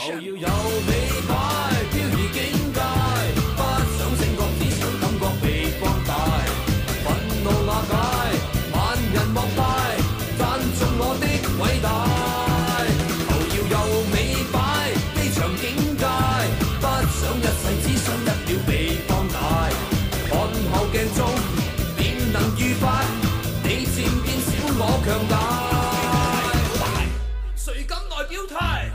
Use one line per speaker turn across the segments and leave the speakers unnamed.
就要有美怪，飄移境界，不想升覺，只想感覺被放大，憤怒瓦解，萬人莫拜，讚頌我的偉大。就要有美擺，呢場境界，不想一世，只想一秒被放大。看後鏡中，便能愉快，你漸變小，我強大。誰敢來表態？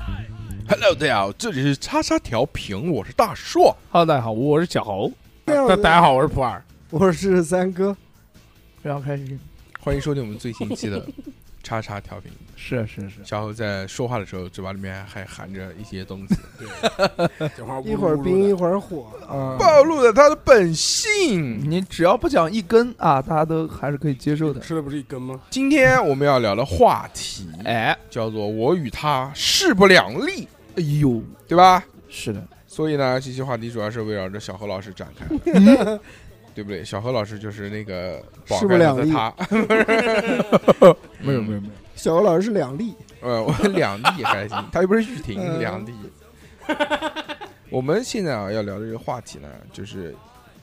Hello，大家好，这里是叉叉调频，我是大硕。
Hello，大家好，我是小猴。
大
家啊好，我是普洱。
我是三哥，
然后开始，
欢迎收听我们最新一期 的叉叉调频。
是是是，
小侯在说话的时候，嘴巴里面还含着一些东 西，
讲话
一会儿冰一会儿火，
啊、
暴露了他的本性。
你只要不讲一根啊，大家都还是可以接受的。
吃的不是一根吗？
今天我们要聊的话题
哎，
叫做“我与他势不两立
哎呦，”，
对吧？
是的，
所以呢，这期话题主要是围绕着小何老师展开的，
嗯
对不对？小何老师就是那个宝
势不
盖
两
头的
立
他，
没有没有没有，
小欧老师是两例，
呃，我两地还行，他又不是玉婷，
嗯
两地。我们现在啊要聊的这个话题呢，就是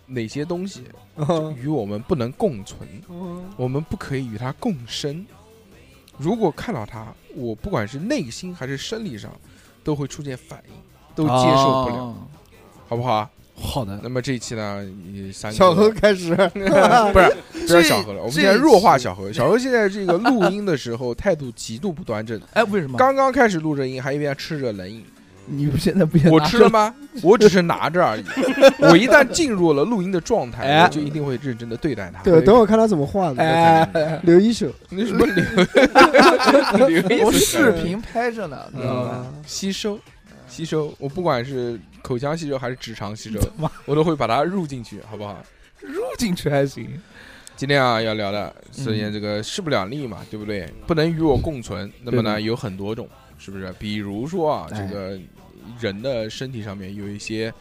哪些东西
啊
与我们不能共存，
嗯
我们不可以与它共生。如果看到它，我不管是内心还是生理上，都会出现反应，都接受不了，
啊
好不好啊？
好的，
那么这一期呢，你三个
小何开始，
不是不
这
是小何了，我们
这
现在弱化
一期
小何。小何现在这个录音的时候态度极度不端正，
哎，为什么？
刚刚开始录着音，还一边吃着冷饮。
你现在不也
我
拿
吃
着
了吗？我只是拿着而已。我一旦进入了录音的状态，
哎
我就一定会认真的对待它。
对，等我看他怎么画的，
哎，
留一手
那什么流流
我
意思
视
是
频拍着呢，你知道吧？
啊，
吸收吸收，我不管是口腔吸收还是直肠吸收
妈，
我都会把它入进去，好不好？
入进去还行，
今天啊要聊的，
嗯
首先这个势不两立嘛，对不对？不能与我共存。那么呢，
对
有很多种，是不是？比如说啊，这
哎
个人的身体上面有一些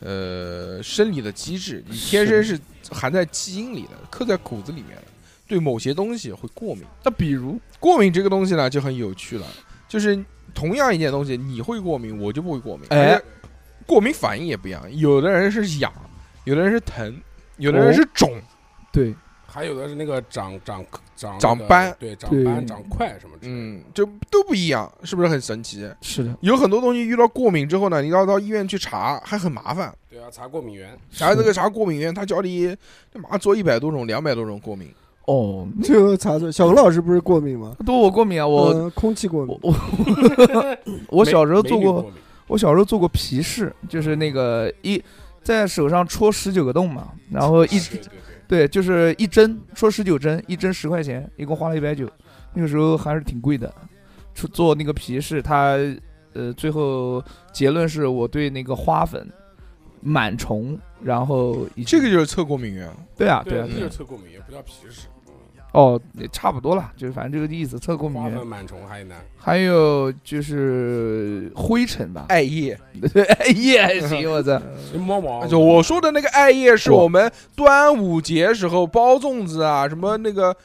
呃生理的机制，你天生是含在基因里的，刻在骨子里面的，对某些东西会过敏。
那比如
过敏这个东西呢，就很有趣了，就是同样一件东西，你会过敏，我就不会过敏，
哎
而且过敏反应也不一样。有的人是痒，有的人是疼，有
哦
的人是肿。
对，
还有的是那个长长长
长
那个
斑
对长
对
斑长块什么之类的。
嗯，就都不一样，是不是很神奇？
是的，
有很多东西遇到过敏之后呢，你要到医院去查，还很麻烦。
对啊，查过敏源，
然后这个查过敏源，他叫你他妈做一百多种、两百多种过敏，
哦，
最后查出来小何老师不是过敏吗？
对我过敏啊，我
嗯空气过敏
我，我我 小时候
美
做
女
过
过，敏，
我小时候做过皮试，就是那个一在手上戳十九个洞嘛，然后一
啊对对对，
对，就是一针戳十九针，一针十块钱，一共花了一百九，那个时候还是挺贵的。出做那个皮试，它呃最后结论是我对那个花粉、螨虫，然后以及
这个就是测过敏源。
对啊
对
对
啊
啊
这就是
对啊
测过敏源，不叫皮试。
哦，也差不多了，就是反正这个意思，测过敏
花
源
粉、，螨虫还难，
还有就是灰尘吧，
艾叶，
哎 也还行，我
啊
操，
猫
哎
毛。
就我说的那个艾叶，是我们端午节时候包粽子啊，什么那个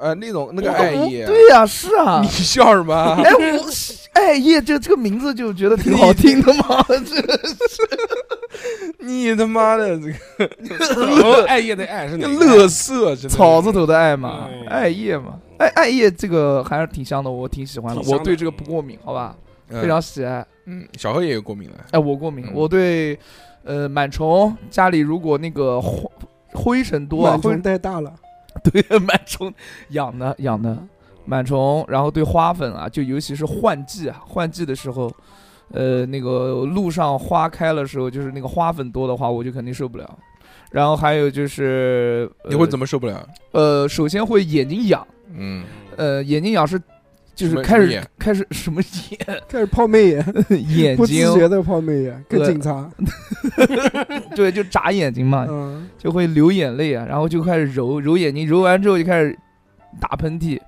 呃那种那个艾叶。
对呀、是啊
你，笑什 么？
哎，我哎叶这这个名字就觉得挺好听的嘛，这
你他妈的这
哦艾叶的艾是
个
哪 个？
乐色，真的
草字头的艾嘛，
哎
艾叶嘛，哎艾叶这个还是挺香的，我挺喜欢的，
挺香
我
的
对这个不过敏，好吧，
嗯
非常喜爱。
嗯，小何也有过敏了。
哎，我过敏
嗯，
我对呃螨虫，家里如果那个灰灰尘多啊，
螨
会
虫太 大了，
对螨虫养的养的螨虫，然后对花粉啊，就尤其是换季啊，换季的时候。呃，那个路上花开的时候，就是那个花粉多的话，我就肯定受不了。然后还有就是，呃
你会怎么受不了？
呃，首先会眼睛痒，
嗯，
呃，眼睛痒是就
什
是
么
开
什么
始
眼
开始 什么眼
开始泡媚眼，
眼
不自
睛
觉的泡媚眼，跟
对
警察，
对，就眨眼睛嘛，
嗯，
就会流眼泪啊，然后就开始揉揉眼睛，揉完之后就开始打喷嚏，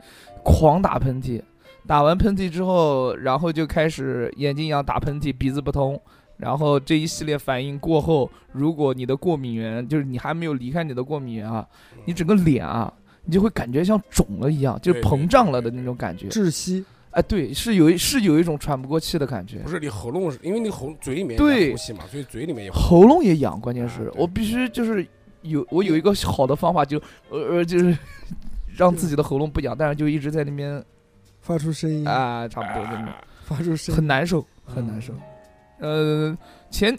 狂打喷嚏，打完喷嚏之后，然后就开始眼睛痒、打喷嚏、鼻子不通。然后这一系列反应过后，如果你的过敏源就是你还没有离开你的过敏源啊，你整个脸啊，你就会感觉像肿了一样，就是
对对
膨胀了的那种感觉。
窒息，
哎，对，是有一是有一种喘不过气的感觉
不，是你喉咙是，因为你喉嘴里面
对
有呼吸嘛，所以嘴里面有呼
喉咙也痒，关键是
啊对
我必须就是有我有一个好的方法，就呃呃就是让自己的喉咙不痒，但是就一直在那边
发出声音，
啊，差
吸
不多那种，
啊
发出声音，
很难受，很难受。呃，前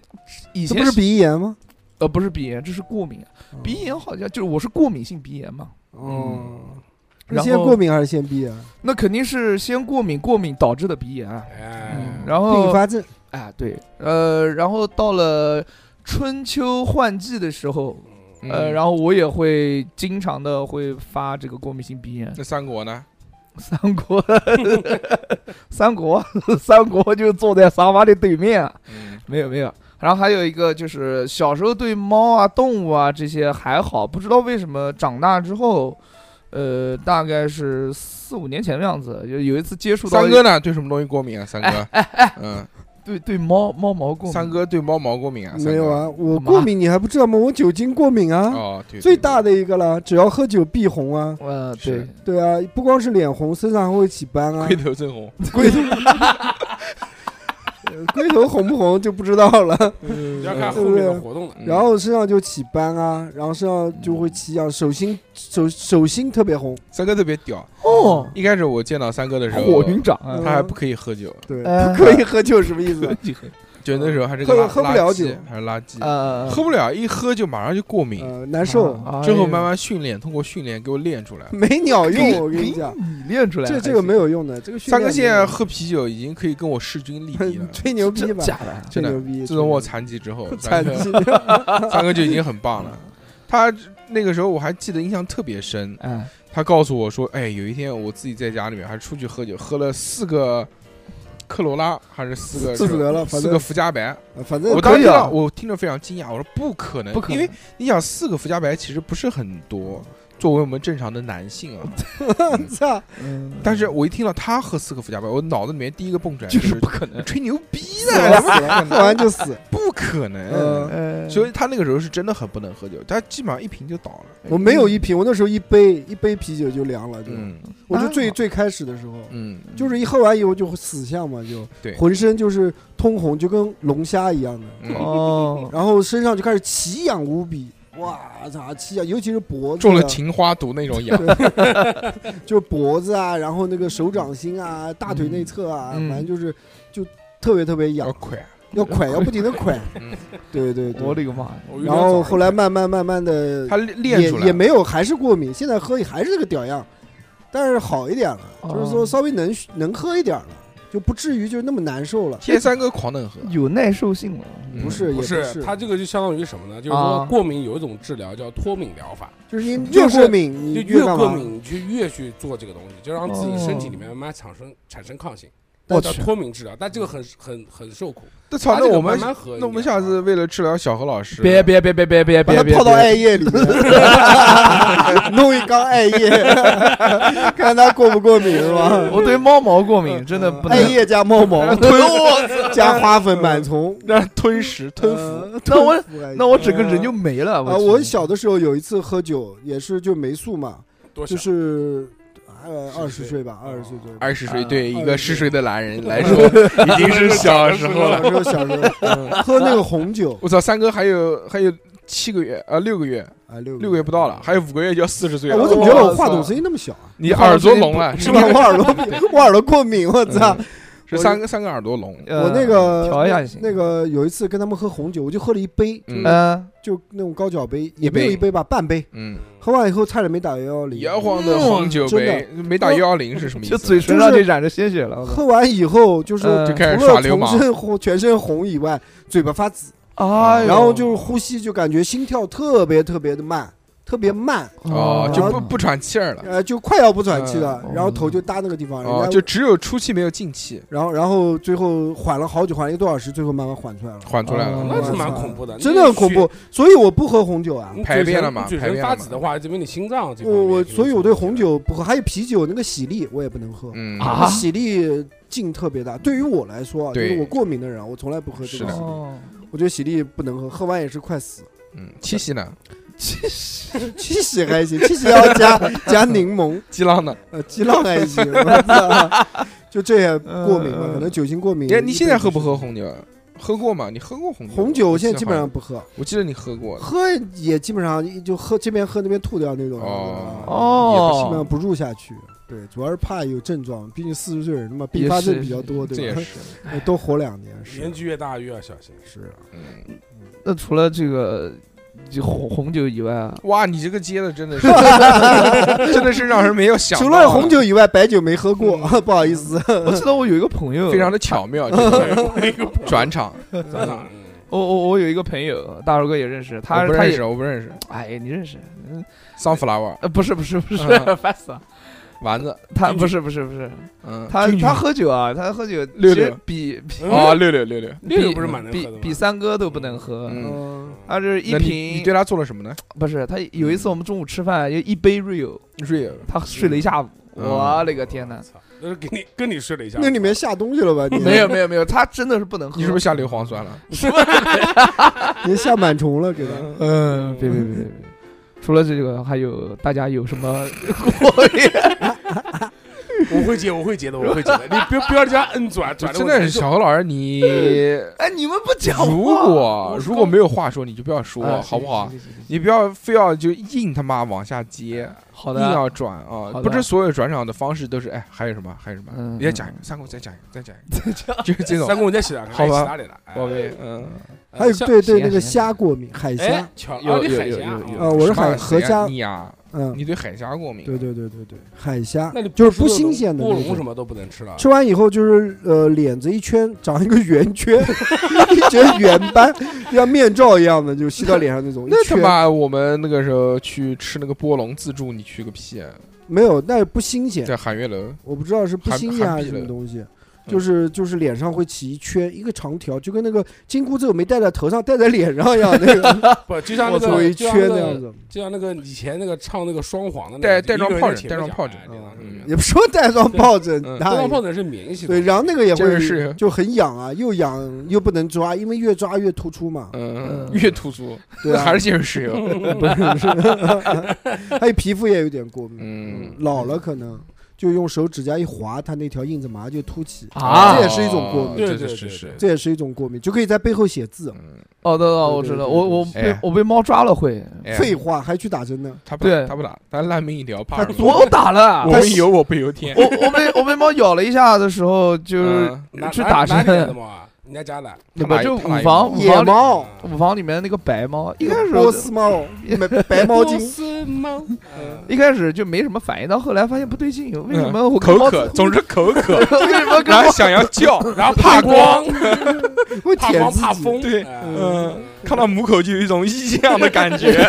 以
嗯这
前
不是鼻炎哦吗？啊
呃不是鼻炎，这是过敏，啊鼻炎好像就是我是过敏性鼻炎嘛，
哦，是
然
先
后
过敏还是先鼻炎？
那肯定是先过敏，过敏导致的鼻炎啊。
哎后
嗯，然
并
后
发症，
啊，对，呃，然后到了春秋换季的时候，
嗯
呃，然后我也会经常的会发这个过敏性鼻炎。
嗯那三国呢？
三国， 三国，三国就坐在沙发的对面啊，
嗯，
没有没有。然后还有一个就是小时候对猫啊、动物啊这些还好，不知道为什么长大之后，呃，大概是四五年前的样子，有有一次接触到
三
一
哥呢？对什么东西过敏啊？三哥，
哎
嗯，
对对猫猫毛过敏，
三哥对猫毛过敏啊？三哥
没有？啊，我
干嘛
过敏你还不知道吗？我酒精过敏啊，
哦，对，对
最大的一个了，只要喝酒必红啊。
呃，
是
对，
对啊，不光是脸红，身上还会起斑啊
龟。头正红，
龟头，呃龟头红不红就不知道了。
你 要看后面的活动了，
嗯
然后身上就起斑啊，然后身上就会起痒，手
嗯
心手手心特别红。
三哥特别屌。
哦，
一开始我见到三哥的时候，
火云掌啊，
嗯
他还不可以喝酒，
对，
哎
不可以喝酒什么 意思？
就那时候还是个
喝
垃
喝不了
垃圾
酒
还是垃圾，
呃，
喝不了，一喝就马上就过敏。
呃，难受，
啊
之后慢慢训练，通过训练给我练出来。
没鸟
哎
用。
呦
我跟你讲，
给你练出来，
这这个没，有用的，这个训
三哥
练
现在
没
喝啤酒已经可以跟我势均力
有
敌
用，
了
吹牛逼
真
吧，
假的？
真
吹
的
牛逼。
自从我
吹
残疾之后，
牛逼
三
残
哥
疾，
三哥就已经很棒了。他那个时候我还记得印象特别深，
哎，
他告诉我说：“哎，有一天我自己在家里面还出去喝酒，喝了四个科罗拉，还是四个
自不得了，反
四个
正
福加白。”
呃反正
我
可
当
以
时听
啊
到我听着非常惊讶，我说：“不可能，
不可能
因为你想四个福加白其实不是很多，作为我们正常的男性 啊。
操，
嗯，
但是我一听到他喝四个福加白，我脑子里面第一个蹦出来
就是是不可能，
吹牛逼
死
呢
了，死了，喝完就死。
不可能。
嗯
呃，
所以他那个时候是真的很不能喝酒，他基本上一瓶就倒了。
我没有一瓶，我那时候一杯一杯啤酒就凉了，就、
嗯
我就最
啊
最开始的时候，
嗯，
就是一喝完以后就死相嘛，就
对
浑身就是通红，就跟龙虾一样的，
嗯
哦，
然后身上就开始奇痒无比，哇操，奇痒，尤其是脖子、啊，
中了情花毒那 种痒。
就是脖子啊，然后那个手掌心啊、大腿内侧啊，
嗯
反正就是就特别特别痒
要，快，
要快，要不停的快
哦 嗯，
对对
我
对。
的个妈呀！
我有点
然
早
后后来慢慢慢慢的，
他练出来
也也没有，还是过敏。现在喝还是这个屌样，但是好一点了，
哦
就是说稍微能能喝一点了，就不至于就那么难受了。
天三哥狂能喝，
有耐受性了，
嗯
不是，也
不
是，
它这个就相当于什么呢？就是
啊
说过敏有一种治疗叫脱敏疗法，
就是你
就
越
是
过敏，你
就越
干
过
嘛？
敏你就越去做这个东西，就让自己身体里面慢慢产生产生抗性，
我
叫
去，
脱敏治疗。但这个很很很受苦。
那操，
它
那
这个
我们
慢慢喝
那我们下次为了治疗小何老师，
别别别别别别
把
别
它
别，
泡到艾叶里面，弄一缸艾叶， 看它过不过敏是吧？
我对猫毛过
嗯
敏，真的不能哎
艾。叶加 猫毛，吞 加花粉螨虫，
让他吞食吞服。
呃
那 我
吞服
那我整个人就没了。
啊，
去
我小的时候有一次喝酒，也是就没宿嘛，
多
就
想
是呃二十岁吧，
哦
二十岁左右。
二十岁对
啊
一个嗜睡的男人来说， 已经是小时候
小
了。
时候，小时候嗯喝那个红酒
我操，三哥还有还有七个月啊，六个月，
啊，六
六个月哦不到了，还有五个月就要四十岁
哎
了。
我怎么觉得我话筒声音那么小啊？
你耳朵聋了？嗯
是吧？ 我耳朵，我耳朵过敏，我操！
是三个三个耳朵聋。
呃
我那个
调一下就行。
那个有一次跟他们喝红酒，我就喝了一杯，
嗯
嗯，
就那种高脚杯，
一
也
杯
没有一杯吧，半杯。
嗯，
喝完以后差点没打幺幺零。
摇晃嗯的黄酒杯，没打幺幺零是什么意
就
思？
嘴唇上就染着鲜血了。我靠
喝完以后就是
嗯
除
就开始
了
耍流氓
浑身红、全身红以外，嘴巴发紫，
哎呦，
然后就是呼吸就感觉心跳特别特别的慢，特别慢，
哦，就不
啊
不喘气儿了。
呃，就快要不喘气了
嗯哦，
然后头就搭那个地方，
哎哦，
人
就
家
只有出气没有进气，
然后然后最后缓了好久，缓了一个多小时，最后慢慢缓出来了。
缓出来了。
哦
那是蛮恐怖的，
嗯真的很恐怖，所以我不喝红酒啊
你。嘴。
排便了嘛
你嘴
排
唇
便
发
了
紫
嘛
的话，证明你心脏这方
我
面
我
就
所以
是
我对
出问
红
题了
酒不喝，还有啤酒那个喜力我也不能喝，
嗯
啊
喜力劲特别大。对于我来说啊，就
对
是我过敏的人啊，我从来不喝这
是
个
的
喜力，
哦
我觉得喜力不能喝，喝完也是快死。
嗯，七夕呢？
其实
七喜还行，七喜要 加加柠檬，
激浪的。
呃，鸡浪还行，我操，就这也过敏嘛，
嗯
可能酒精过敏
哎你。看你现在喝不喝红酒？喝过吗？你喝过红酒？
红酒？我现在基本上
好
不喝，
像，我记得你喝过。
喝也基本上就喝这边喝那边吐掉那种。
哦
啊基本上
哦，
不入下去。对，主要是怕有症状，毕竟四十岁人嘛，
也
并发症
是
比较多，
这
对
也
吧？
是，
呃 多活两年
年
是
纪越大越要小心。
是。
嗯，
那除了这个就红红酒以外啊，
哇，你这个接的真的是，真的是让人没有想到
除
啊。
了红酒以外，白酒没喝过， 不好意思。
我记得我有一个朋友，
非常的巧妙，这个转场。
真的，嗯
我我我有一个朋友，大头哥也认识，他
我不
他
认
也
识，我不认识。
哎，你认识？嗯，
Sunflower
呃，不是不是不是，
嗯
烦死了。
丸子，
他
君
不是不是不是，
嗯，
他
俊俊
他喝酒啊，他喝酒
六
其实
六
比
嗯
啊，六六六六，
六六
比
不是蛮能喝
比
的吗
比三哥都不能喝，
嗯
嗯，
他是一
那你你
瓶
对他做了什么呢
不是他有一次我们中午吃饭就一杯 Rio，
？Real
他睡了一下午，
嗯
我勒个天呐！
操那是给你跟你睡了一下，
那里面下东西了吧？你
没有，没有没有，他真的是不能喝，
你是不是下硫磺酸了？
你 下螨虫了，给他。
嗯，别别别别别。除了这个，还有大家有什么过瘾？
我会接，我会接的，我会接的。你不要不要这样摁啊转转，
真的是小何老师，你
哎，你们不讲话
如果
我是
如果
刚
没有话说，你就不要说，
啊
好不？
行
好？
行行行行
你不要非要就硬他妈往下接，
好
硬
的啊，
要转啊
好！的
不是所有转场的方式都是哎，还有什么？还有什么？
嗯
你再讲一个，三公再讲一个，再讲 一个，就是这种
三。公我再写两个，还
好吧
有其他的了。哎
宝贝，嗯，
呃
还有
像
对对
行
那个
行
虾过敏，海
哎
虾。，
巧
有
哦你
有
海
有
峡
有
哦
有
啊，我是
什么
海河
谁啊
虾。
你呀，
嗯，
你对海虾过敏？
对对对对对，海虾
那你
就是不新鲜的
卧
那
龙什
种。
么都不能吃了。
吃完以后就是呃，脸子一圈长一个圆圈， 一圈圆斑， 像面罩一样的，就吸到脸上那种。一
那他
圈
妈我们那个时候去吃那个波龙自助，你去个屁！啊！
没有，那不新鲜。
在喊月楼，
我不知道是不
寒
新鲜
寒
还
痹
是什么
了
东西，
嗯
就是就是脸上会起一圈一个长条，就跟那个金箍咒没戴在头上戴在脸上一样， 那个
不，就像那
我操
个
一
就
圈
像那
那样
个
子，
就像那个以前那个唱那个双簧的那个，
带带状疱疹带状疱疹
疹
嗯
也不说带状疱疹
嗯，
带
大
状
爷
疱疹是免疫系
对，
统，
然后那个也
这个
会
是
就很痒啊，又痒又不能抓，因为越抓越突 出嘛，
嗯
嗯，
越突出，
对啊，
还是就是石油，
不是是，还有皮肤也有点过敏，
嗯，
老了可能就用手指甲一划，它那条印子马上就凸起，
啊
这也！是一种过敏
对
这
对
是
对
是是
对，
这也是一种过敏，就可以在背后写字。
嗯，
哦，对哦，我
对
知
对
道，
对
我
对
我
对
被
哎
我被猫抓了会，
哎
废话，还去打针呢？
他不
对
打他不打，咱烂命一条，怕
他
什么？
我打了
我，们有我辈有天，
我呃我被我被猫咬了一下的时候，就是
嗯
哪
去
哪
打
哪里来的
针，
嘛？人家家 的啊
他
不
哪一
就
他
五
哪一
房
个
五
野
房里
猫，
五房里面那个白猫，一开始
波 斯猫，买白毛巾，
是 猫，
嗯
一开始就没什么反应，到后来发现不对劲，为什么我
口
跟猫
渴，总是口 渴，
为什么跟
然
猫
后想要叫，
然后啊怕光，
会
怕
舔
光
自
怕
己。
风，
对
哎
嗯，看到母狗就有一种异样的感觉，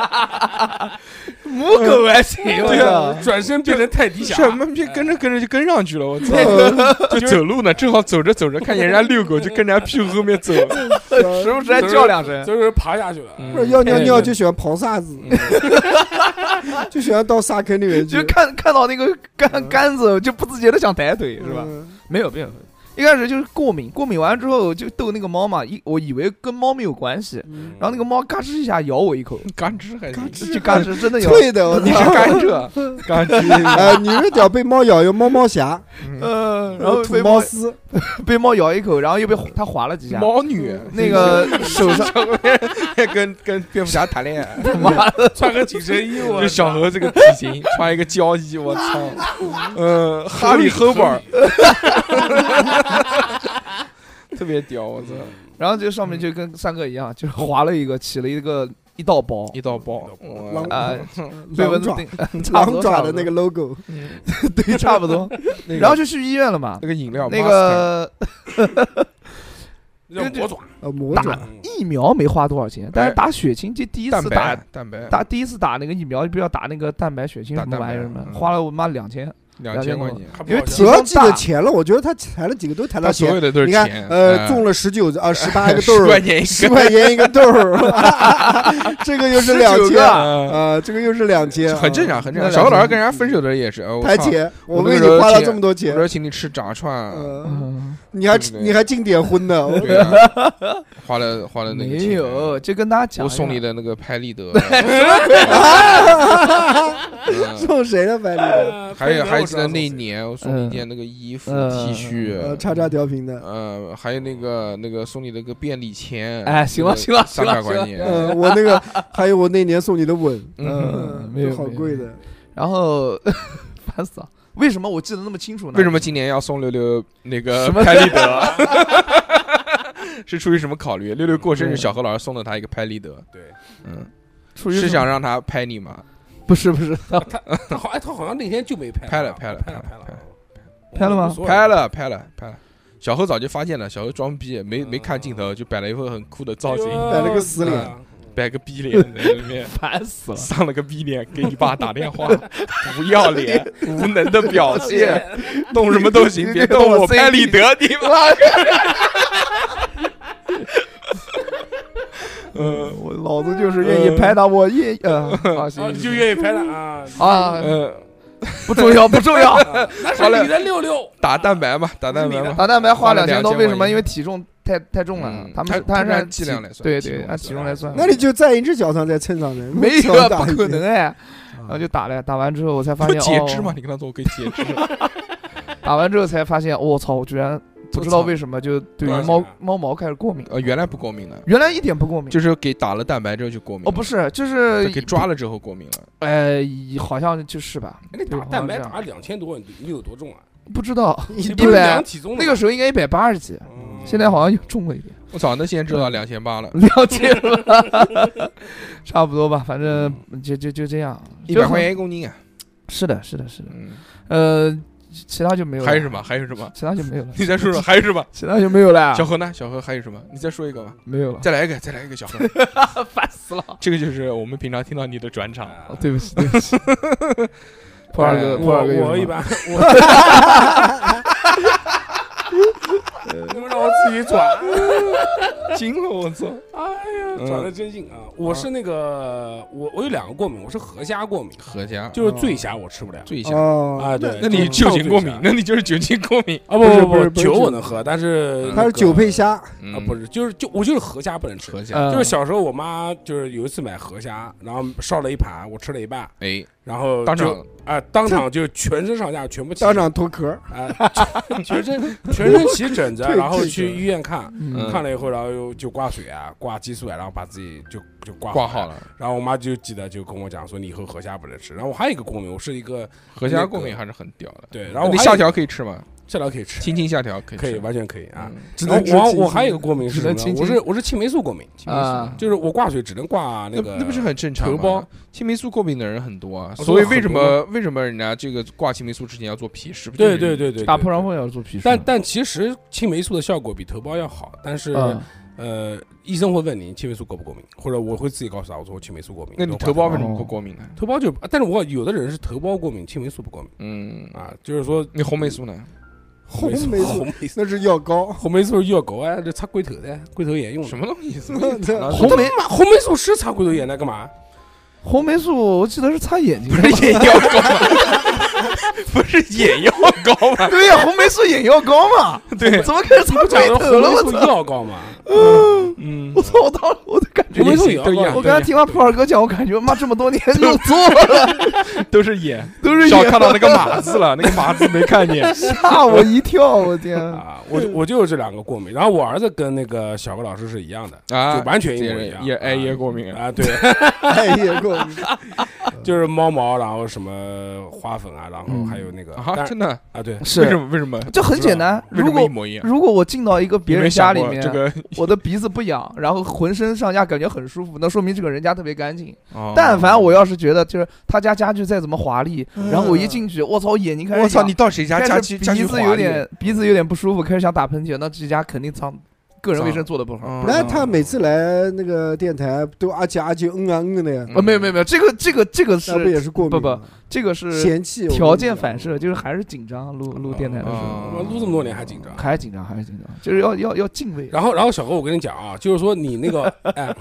母狗还行？我
对
操
啊，
转身变成泰迪侠，
什么屁跟着跟着就跟上去了，我操！
呃
啊哎 就走路呢，正好走着走着，看见人家遛狗，就跟人家屁股后面 走，
时不时还叫两声。
就是爬下去了。
嗯
不是要尿尿就喜欢刨沙子，
嗯
就喜欢到沙坑里面去
就，嗯看看到那个杆杆子，就不自觉的想抬腿，是吧？
嗯？
没有没有，一开始就是过敏，过敏完之后就逗那个猫嘛，一我以为跟猫没有关系，
嗯
然后那个猫嘎吱一下咬我一口，
嗯干吃还行，
就嘎吱真的咬，
脆的，我
你是
操！
甘蔗，
感觉啊，你这屌被猫咬有猫猫侠，
嗯，然后
吐
被
猫
猫
丝，
被猫咬一口，然后又被它划了几下，
猫女
那 个手上
跟跟蝙蝠侠谈恋爱，
穿个紧身衣，啊我
就小何这个体型，穿一个胶衣，我操，嗯，哈利·亨堡，特别屌，我操，
然后就上面就跟三哥一样，就是划了一个，起了一个一道包，
一道包，哇
啊、被蚊
狼
子 叮，
爪，
差不
狼
多
爪的那个，logo，
嗯
差不多对，差不 多。
那个
然后就去医院了嘛，
那个饮料，
那个
叫魔爪，
呃，魔
打
爪，
嗯
疫苗没花多少钱，但是打血清就第一
哎蛋
次打
白蛋白啊
打第一次打那个疫苗，不要打那个蛋白血清
打
什么玩意儿
蛋白
嘛，
嗯
花了我妈两千，
两千块钱，
还不
因为
好笑
体
主要记得
大
钱了，我觉得他抬了几个都抬
他
到
所
钱
有。的都是
你看
钱，，哎嗯
呃，中了十九 啊，十八个豆
十块
儿，
钱一
十
个，
块钱一个豆 儿， 这个又是两
19
千
个
嗯
啊，这个又是两千，
很正常，很正常。
那
小
两
老师
千
跟人家分手的人也是，哦
啊。抬
我操
钱，
我
我
那
为
个
你
时候
花了
钱
这么多
我
钱，
说请你吃炸串，
嗯，
嗯
你还
对不对
你还进点荤呢，我
对啊，花了花了那个
没
钱，
有，就跟大家讲一
我
下，
送你的那个拍立 得，啊嗯
送谁的白领？
呃
还 有
分手
还
我
记
知
得
道
那一
送谁
年我送你一件那个衣服
嗯
T
呃，
恤，
叉叉调频的，
呃，还有那个那个送你那个便利签，
哎行了行了
三
行了
百块
行
钱，
呃，我那个还有我那年送你的吻，
嗯
嗯，
没有
都好贵的，
然后烦死了，为什么我记得那么清楚呢？
为什么今年要送六六那个
什么
拍立 得？啊是出于什么考虑？六六过生日，
对
小何老师送了他一个拍立得，
对，
嗯，
出于
是
什么
想让他拍你吗？
不是不是，
他好，哎，他好像那天就没拍，
拍了
拍
拍了
拍
拍
拍
了
了，啊
拍了吗，
无所谓哎
拍，了，拍了，拍了。小何早就发现了，小何装逼没没看镜头，就摆了一副很酷的造型，
摆了个死脸
啊，
摆个逼脸在里面
烦死了。
上了个逼脸，给你爸打电话， 不要脸，无能的表现，动什么都行，别动我拍立得， 你妈！
呃
嗯，我老子就是
愿意拍到我愿意，呃，好
哦，
行
你
行
就愿意拍了啊，
啊，
嗯，
不重要不重要。
啊那是你的六六，哎
打蛋白嘛，打蛋白嘛，
打蛋白花两千多，
花了两千
为什么？因为体重太太重了
嗯，
他们是
他
他是
他
按
剂量来算
对
体重
对，
来
按
算
体重来算。
那你就在一只脚上再蹭上来，
没有
脚
啊，
打
不
一
可
遍
能哎。然后
啊
就打了，打完之后我才 发
不
现，
是截肢嘛？
哦
你跟他说我可以截肢，
打完之后才发现，我操，我居然不知道为什么就对
多
于
少
猫
钱啊
猫毛开始过敏，
呃，原来不过敏了，
原来一点不过敏，
就是给打了蛋白之后就过敏了，
哦不是，就
就是给抓了之后过敏了。
呃，好像就是吧，
哎你
对
打
好像
蛋白
这样
打两千多，你你有多重啊？
不知道
你
一
不是
百
量，体重的
那个时候应该一百八十几，
吗，嗯
现在好像又重了一点，
我操，那现在
嗯
知道两千八了，
了解了， 差不多吧，反正
嗯
就就就这样，
一百
就
块钱一公斤啊。
是的，是的，是的，
嗯，
呃，其他就没有了，
还有什么？还有什么？
其他就没有了，
你再说说，还有什么？
其他就没有了，
小何呢？小何还有什么？你再说一个吧，
没有了，
再来一个，再来一个，小何。
烦死了，
这个就是我们平常听到你的转场。
啊
哦对不起，对 不起，破二哥，
哎我
破二哥有什么，
我一 般我， 你们让我自己转，
惊了，我操！
哎呀，
嗯
转的真硬啊！我是那个我我有两个过敏，我是河虾过敏，
何家
就是醉虾我吃不了
醉侠，
哦
啊，对，
那你
就
酒
是
精过
醉
敏
虾，
那你就是酒精过 敏。
啊
不是
不
不是
不
不是
酒
酒
我能喝，但是
嗯
他
那
是
个
酒配虾，
啊，不是，就是就我就是河虾不能吃。
何家。
嗯
就是小时候，我妈就是有一次买河虾，然后烧了一盘，我吃了一半，
哎，
然后
当
就
场
啊，当场就全身上下全部起
当场脱壳儿，
啊，全身全身起疹子，
对
然后
记
去
者
医院看，
嗯
看了以后，然后又就挂水啊，挂激素啊，然后把自己就就挂
挂
好
好
了。
了。
然后我妈就记得就跟我讲说，你以后河虾不能吃。然后我还有一个过敏，我是一个
何家过敏还是很屌的。
对，然后我
你
还
下
有
条可以吃吗？
下条可以吃，
轻轻下条可以
可以
吃
完全可以啊。
嗯
哎只
然
能
后我
吃青
我
青
还有一个过敏是
只
什
能
么
亲
呢？
亲
我是我是青霉素过敏，
啊，
就是我挂水只能挂
那
个
那不是很正常
头孢？
吗青霉素过敏的人很多啊，
哦
所以
很
为什
多
么为什么人家这个挂青霉素之前要做皮试？不就
对
是
对对对，
打
对
破伤风也要做皮试，
但但其实青霉素的效果比头孢要好，但是
嗯
呃，医生会问你青霉素过不过敏，或者我会自己告诉他，我说我青霉素过敏。
那你
我
头
挂
孢为
头
什么不过敏呢？
头孢就，但是我有的人是头孢过敏，青霉素不过敏
嗯，
啊，就是说
你红霉素呢？
红
红
霉素
红霉素，
那是药膏，
红霉素是药膏啊，这擦龟头的，龟头炎用的。
什么东 西？怎么
我操
红霉
妈红霉素是擦龟头炎的，干嘛？
红霉素我记得是擦眼睛
不
的
是
吧，
眼药膏 吗？不是眼药膏吗？
对呀，红霉素眼药膏嘛，
对，
怎么开始擦
不讲
龟
的
头
红
了？
霉
我
素
操！
药膏嘛？
嗯
我，操！我当时我都感觉
红霉素也
都一样
要
我刚才听完普洱哥讲，我感觉妈这么多年弄错了，
都是眼，
都是
少
眼
看到那个码字了，那个码字没看见。
吓我一跳，我天！
啊，我就我就是这两个过敏，然后我儿子跟那个小何老师是一样的，
啊
就完全一模一
也
样，
也艾叶
啊
过敏啊，
啊，对，
哎呀，过敏
就是猫毛，然后什么花粉啊，然后还有那个
啊
但
真的？
啊，对，
为什
是，
么？为什 么？
这很简单。
为什
如
么一
果
模一样？
如果我进到一个别
有没
人
有
家
想
里
过
面，
这个
我的鼻子不痒，然后浑身上下感觉很舒服，那说明这个人家特别干净。
哦
但凡我要是觉得就是他家家具再怎么华丽，
嗯
然后我一进去，我操，眼睛开始
我操，
痒
你到谁家
开
家
始
居家
鼻
居
子
华
有
丽
点鼻子有点不舒服，开始想打喷嚏，那这家肯定脏个人卫
脏
生做的不好。
嗯
哦不是
那他每次来那个电台都啊唧啊唧嗯啊嗯的呀，
哦
啊，没有没有没有，这个这个这个
那不也
是
是过敏吗？
这个是
嫌弃
条件反射，就是还是紧张录录电台
嗯
的时候，
我录这么多年还紧张。
还是紧张还是紧张，就是要要要敬畏。
然后，然后小何，我跟你讲啊，就是说你那 个，哎，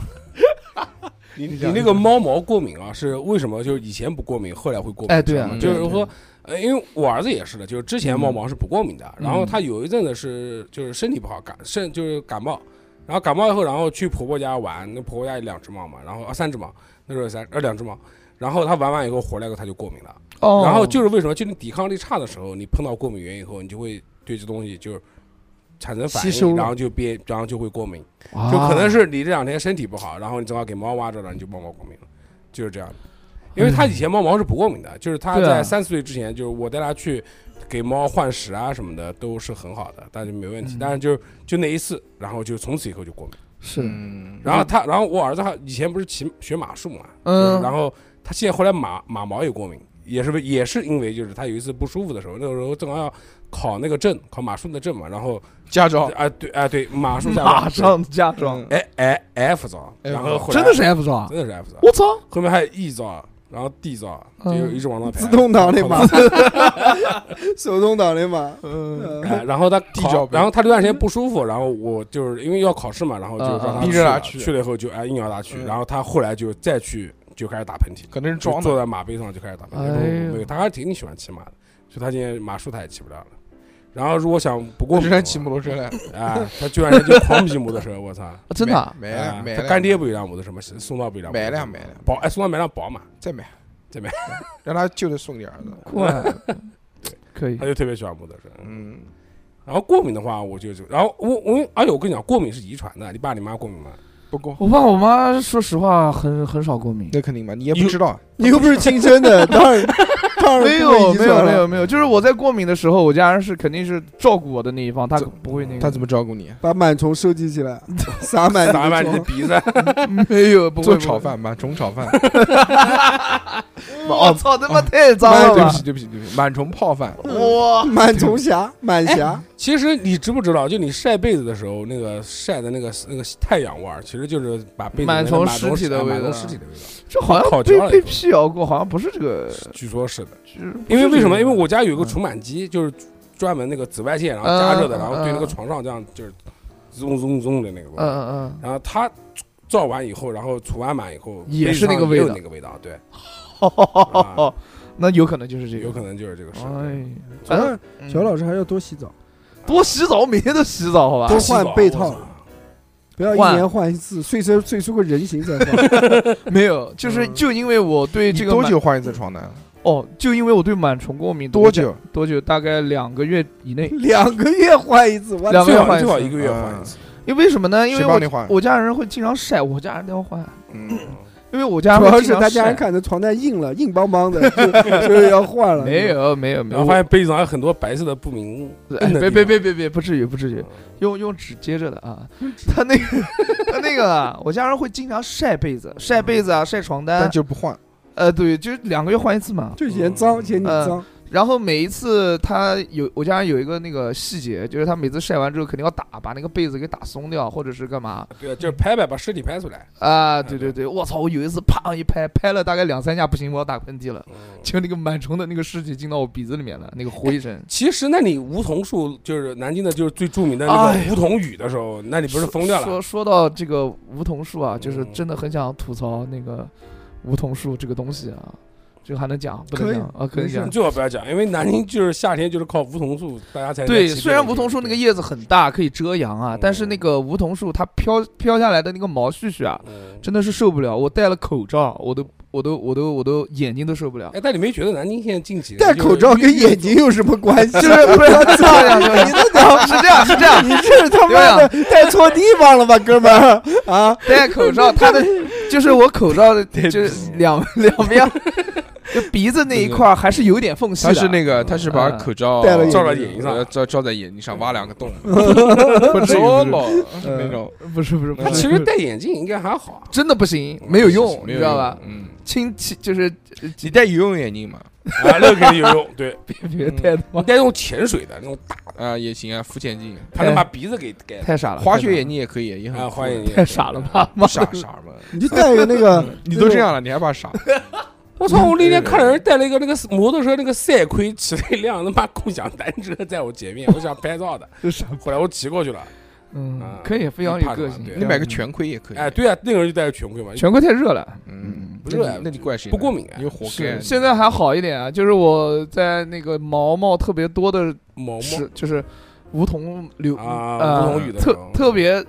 你
你
你
讲
那个猫毛过敏啊，是为什么？就是以前不过敏，后来会过敏。
哎，对啊
嗯，
就
对啊
是说，呃，因为我儿子也是的，就是之前
嗯
猫毛是不过敏的，
嗯
然后他有一阵子是就是身体不好，感甚就是感冒，然后感冒以后，然后去婆婆家玩，那婆婆家有两只猫嘛，然后啊三只猫，那时候有三呃两只猫，然后他玩完以后回来以后他就过敏了，
哦，
然后就是为什么，就你抵抗力差的时候，你碰到过敏源以后，你就会对这东西就是产生反
吸收
应，
了
然后就变，然后就会过敏，
哇
就可能是你这两天身体不好，然后你正好给猫挖着了，你就猫毛过敏了，就是这样的。因为它以前猫毛是不过敏的，就是它
对啊
在三四岁之前，就是我带它去给猫换食啊什么的都是很好的，但就没问题
嗯。
但是就就那一次，然后就从此以后就过敏。
是
嗯
然后他，然后我儿子他以前不是骑学马术嘛，
嗯
就是然后他现在后来马马毛也过敏，也是为也是因为就是他有一次不舒服的时候，那个时候正好要考那个证，考马术的证嘛，然后
驾照
啊对啊对马术驾照
哦马上嫁妆，
哎哎 F 照，
F
然后后来
真的是 F 照啊！
真的是 F 照，
我嗯操，
后面还有 E 照，然后 D 照，就有一直往上排，
自动挡的嘛
嘛。，
手动挡的嘛。
嗯，
哎然后他
D 照
考，然后他这段时间不舒服，然后我就是因为要考试嘛，然后就
嗯
让
嗯
他
逼着他
去
去
了，去了以后就哎硬要他去，
嗯
然后他后来就再去就开始打喷嚏。
可能是
就
装
坐
的，
在马背上就开始打喷嚏。
哎呦
不不不，他还挺喜欢骑马的，所以他今天马术他也骑不了了。然后如果想不过
我
敏
之
的话，
前骑摩托车来，
啊，他居然就狂骑摩托 车，我操！
真的啊
买
啊
了买
他
了，
干爹不有一辆摩托车吗？送到不有一辆摩
买
托车
了
吗，
买了，
宝哎，送到买辆宝马，
再买
再买，
让他就着送给儿子。
过来，啊 可以
他，就特别喜欢摩托车。
嗯，
然后过敏的话，我就就然后我我而且我跟你讲，过敏是遗传的，你爸你妈过敏吗？
不过
我爸我妈说实话很很少过敏，
那肯定嘛，你也不
有
知道，
你又不是亲生的，当 然当然
没
不
有
会遗
没有
传了
没有没有，就是我在过敏的时候，我家人是肯定是照顾我的那一方，他
怎
不会那个，
他怎么照顾你？
把螨虫收集起来， 撒满
打满你的
虫
鼻子，
么没有不会
做炒？饭，螨虫炒饭。
不会我操他妈太脏
哎
了
对
吧
不！起，对不起，对不起，螨虫泡饭。
哇，
螨虫侠，螨侠，
其实你知不知道，就你晒被子的时候，那个晒的那个那个太阳味儿，其实就是把被子
螨虫尸体的
的
味道
虫啊尸体的味道。
这好像
烤
被
焦了
被
以后
辟谣过，好像不是这个，
据说是的，
就是
因为为什么？因为
我
我家有个除螨机，就是专门那个紫外线，然后加热的，
嗯
然后对那个
嗯
床上这样就是 zoom zoom zoom 的那个味
嗯
道。
嗯
然后它照完以后，然后除完螨以后，
也
被
是那
上
个味
也有
道
那个味道，对，
嗯， 那有可能就是这个，
有可能就是这个事。
哎，
主要
嗯
小老师还要多洗澡，
多洗澡，每天都洗澡，好吧
多？
洗澡啊
换被套
我操
不要一
换
年换一次，睡出睡出个人形再 换。
没有，就是
嗯
就因为我对
你
这个
多
螨
久换一次床单？啊
哦，就因为我对螨虫过敏，
多久？
多久？大概两个月以内。
两个月换一次，我
两个
最
月
好
换一
最好
次
一个月换一
嗯
次。
因为为什么呢？因为
谁帮你换
我我家人会经常晒，我家人都要换，
嗯，
因为我家
主
人
要
会
是
经
他
常
家人
晒。
看着床单硬了，硬邦邦的，就就 要换了。
没，有没有没
然后
有，
发现被子上有很多白色的不明
我哎
摁的
别
地
别
方嗯
别别别，不至于不至于，用用纸接着的啊。他那个他那个啊，我家人会经常晒被子，晒被子啊，晒床单
但，就不换。
呃，对，就是两个月换一次嘛。
就嫌脏，嫌你脏。
然后每一次他有我家人有一个那个细节，就是他每次晒完之后肯定要打，把那个被子给打松掉，或者是干嘛
对啊，就是拍拍把尸体拍出来。
啊？对对
对
对，我操！我有一次啪一拍，拍了大概两三下，不行，我要打喷嚏了。就那个螨虫的那个尸体进到我鼻子里面了，那个灰尘。
其实，那你梧桐树就是南京的，就是最著名的那
哎
个梧桐雨的时候，那你不是疯掉了？
说说说到这个梧桐树啊，就是
嗯
真的很想吐槽那个梧桐树这个东西啊，这个还能讲不能
可以
讲啊？可以
没事
讲
你。最好不要讲，因为南京就是夏天就是靠梧桐树，大家才
对，
能骑
虽然梧桐树那个
对嗯
叶子很大，可以遮阳啊，但是那个梧桐树它飘飘下来的那个毛絮絮啊，
嗯
真的是受不了。我戴了口罩，我都我都我都我都眼睛都受不了。
哎，但你没觉得南京现在近几年
戴
就是
口罩跟眼睛有什么 关 系？
就是不是这样，你是这样是这样，
你这他妈的戴错地方了吧，哥们儿 啊！
戴口罩，它的就是我口罩的，就是两两边，就鼻子那一块儿还是有点缝隙
他
的。
是啊那个，他是把
嗯
口罩
戴了眼
罩在眼睛上
呃罩罩在眼睛上挖两个 洞，不至于老那种，
不是不是不
他
是，
其实戴眼镜应该还好啊。
真的不行，没有用，
没
你
有
知道吧
用？嗯，
亲戚就是
你戴游泳眼镜嘛？
啊，那个肯定有用。对，
别别太他
我
妈
戴那种潜水的那种大，
啊，也行啊，浮潜镜、
他能把鼻子给盖了。
太傻了，
滑
太傻
雪
了
眼镜也可以，也
啊，
很
花眼镜
太傻了吧？妈
傻
的，
傻嘛。，
你就戴个那 个
你都这样了，你还怕傻？
我操！我那天看人带了一个那个摩托车那个赛盔，骑了一辆他妈共享单车在我前 面，我想拍照的，
这傻，
后来我骑过去了。
嗯
啊，
可以，非常有
你
个性
怕什么。对
你买个全盔也可以。
哎，，对啊，那个人就戴着全盔嘛，
全国太热了。
嗯，
不
那
热
你那你怪谁呢？
不过敏啊
你又活该
是，。现在还好一点啊，就是我在那个毛毛特别多的
毛
时，就是梧桐流
毛啊，
呃
不同语的
特
时候
特别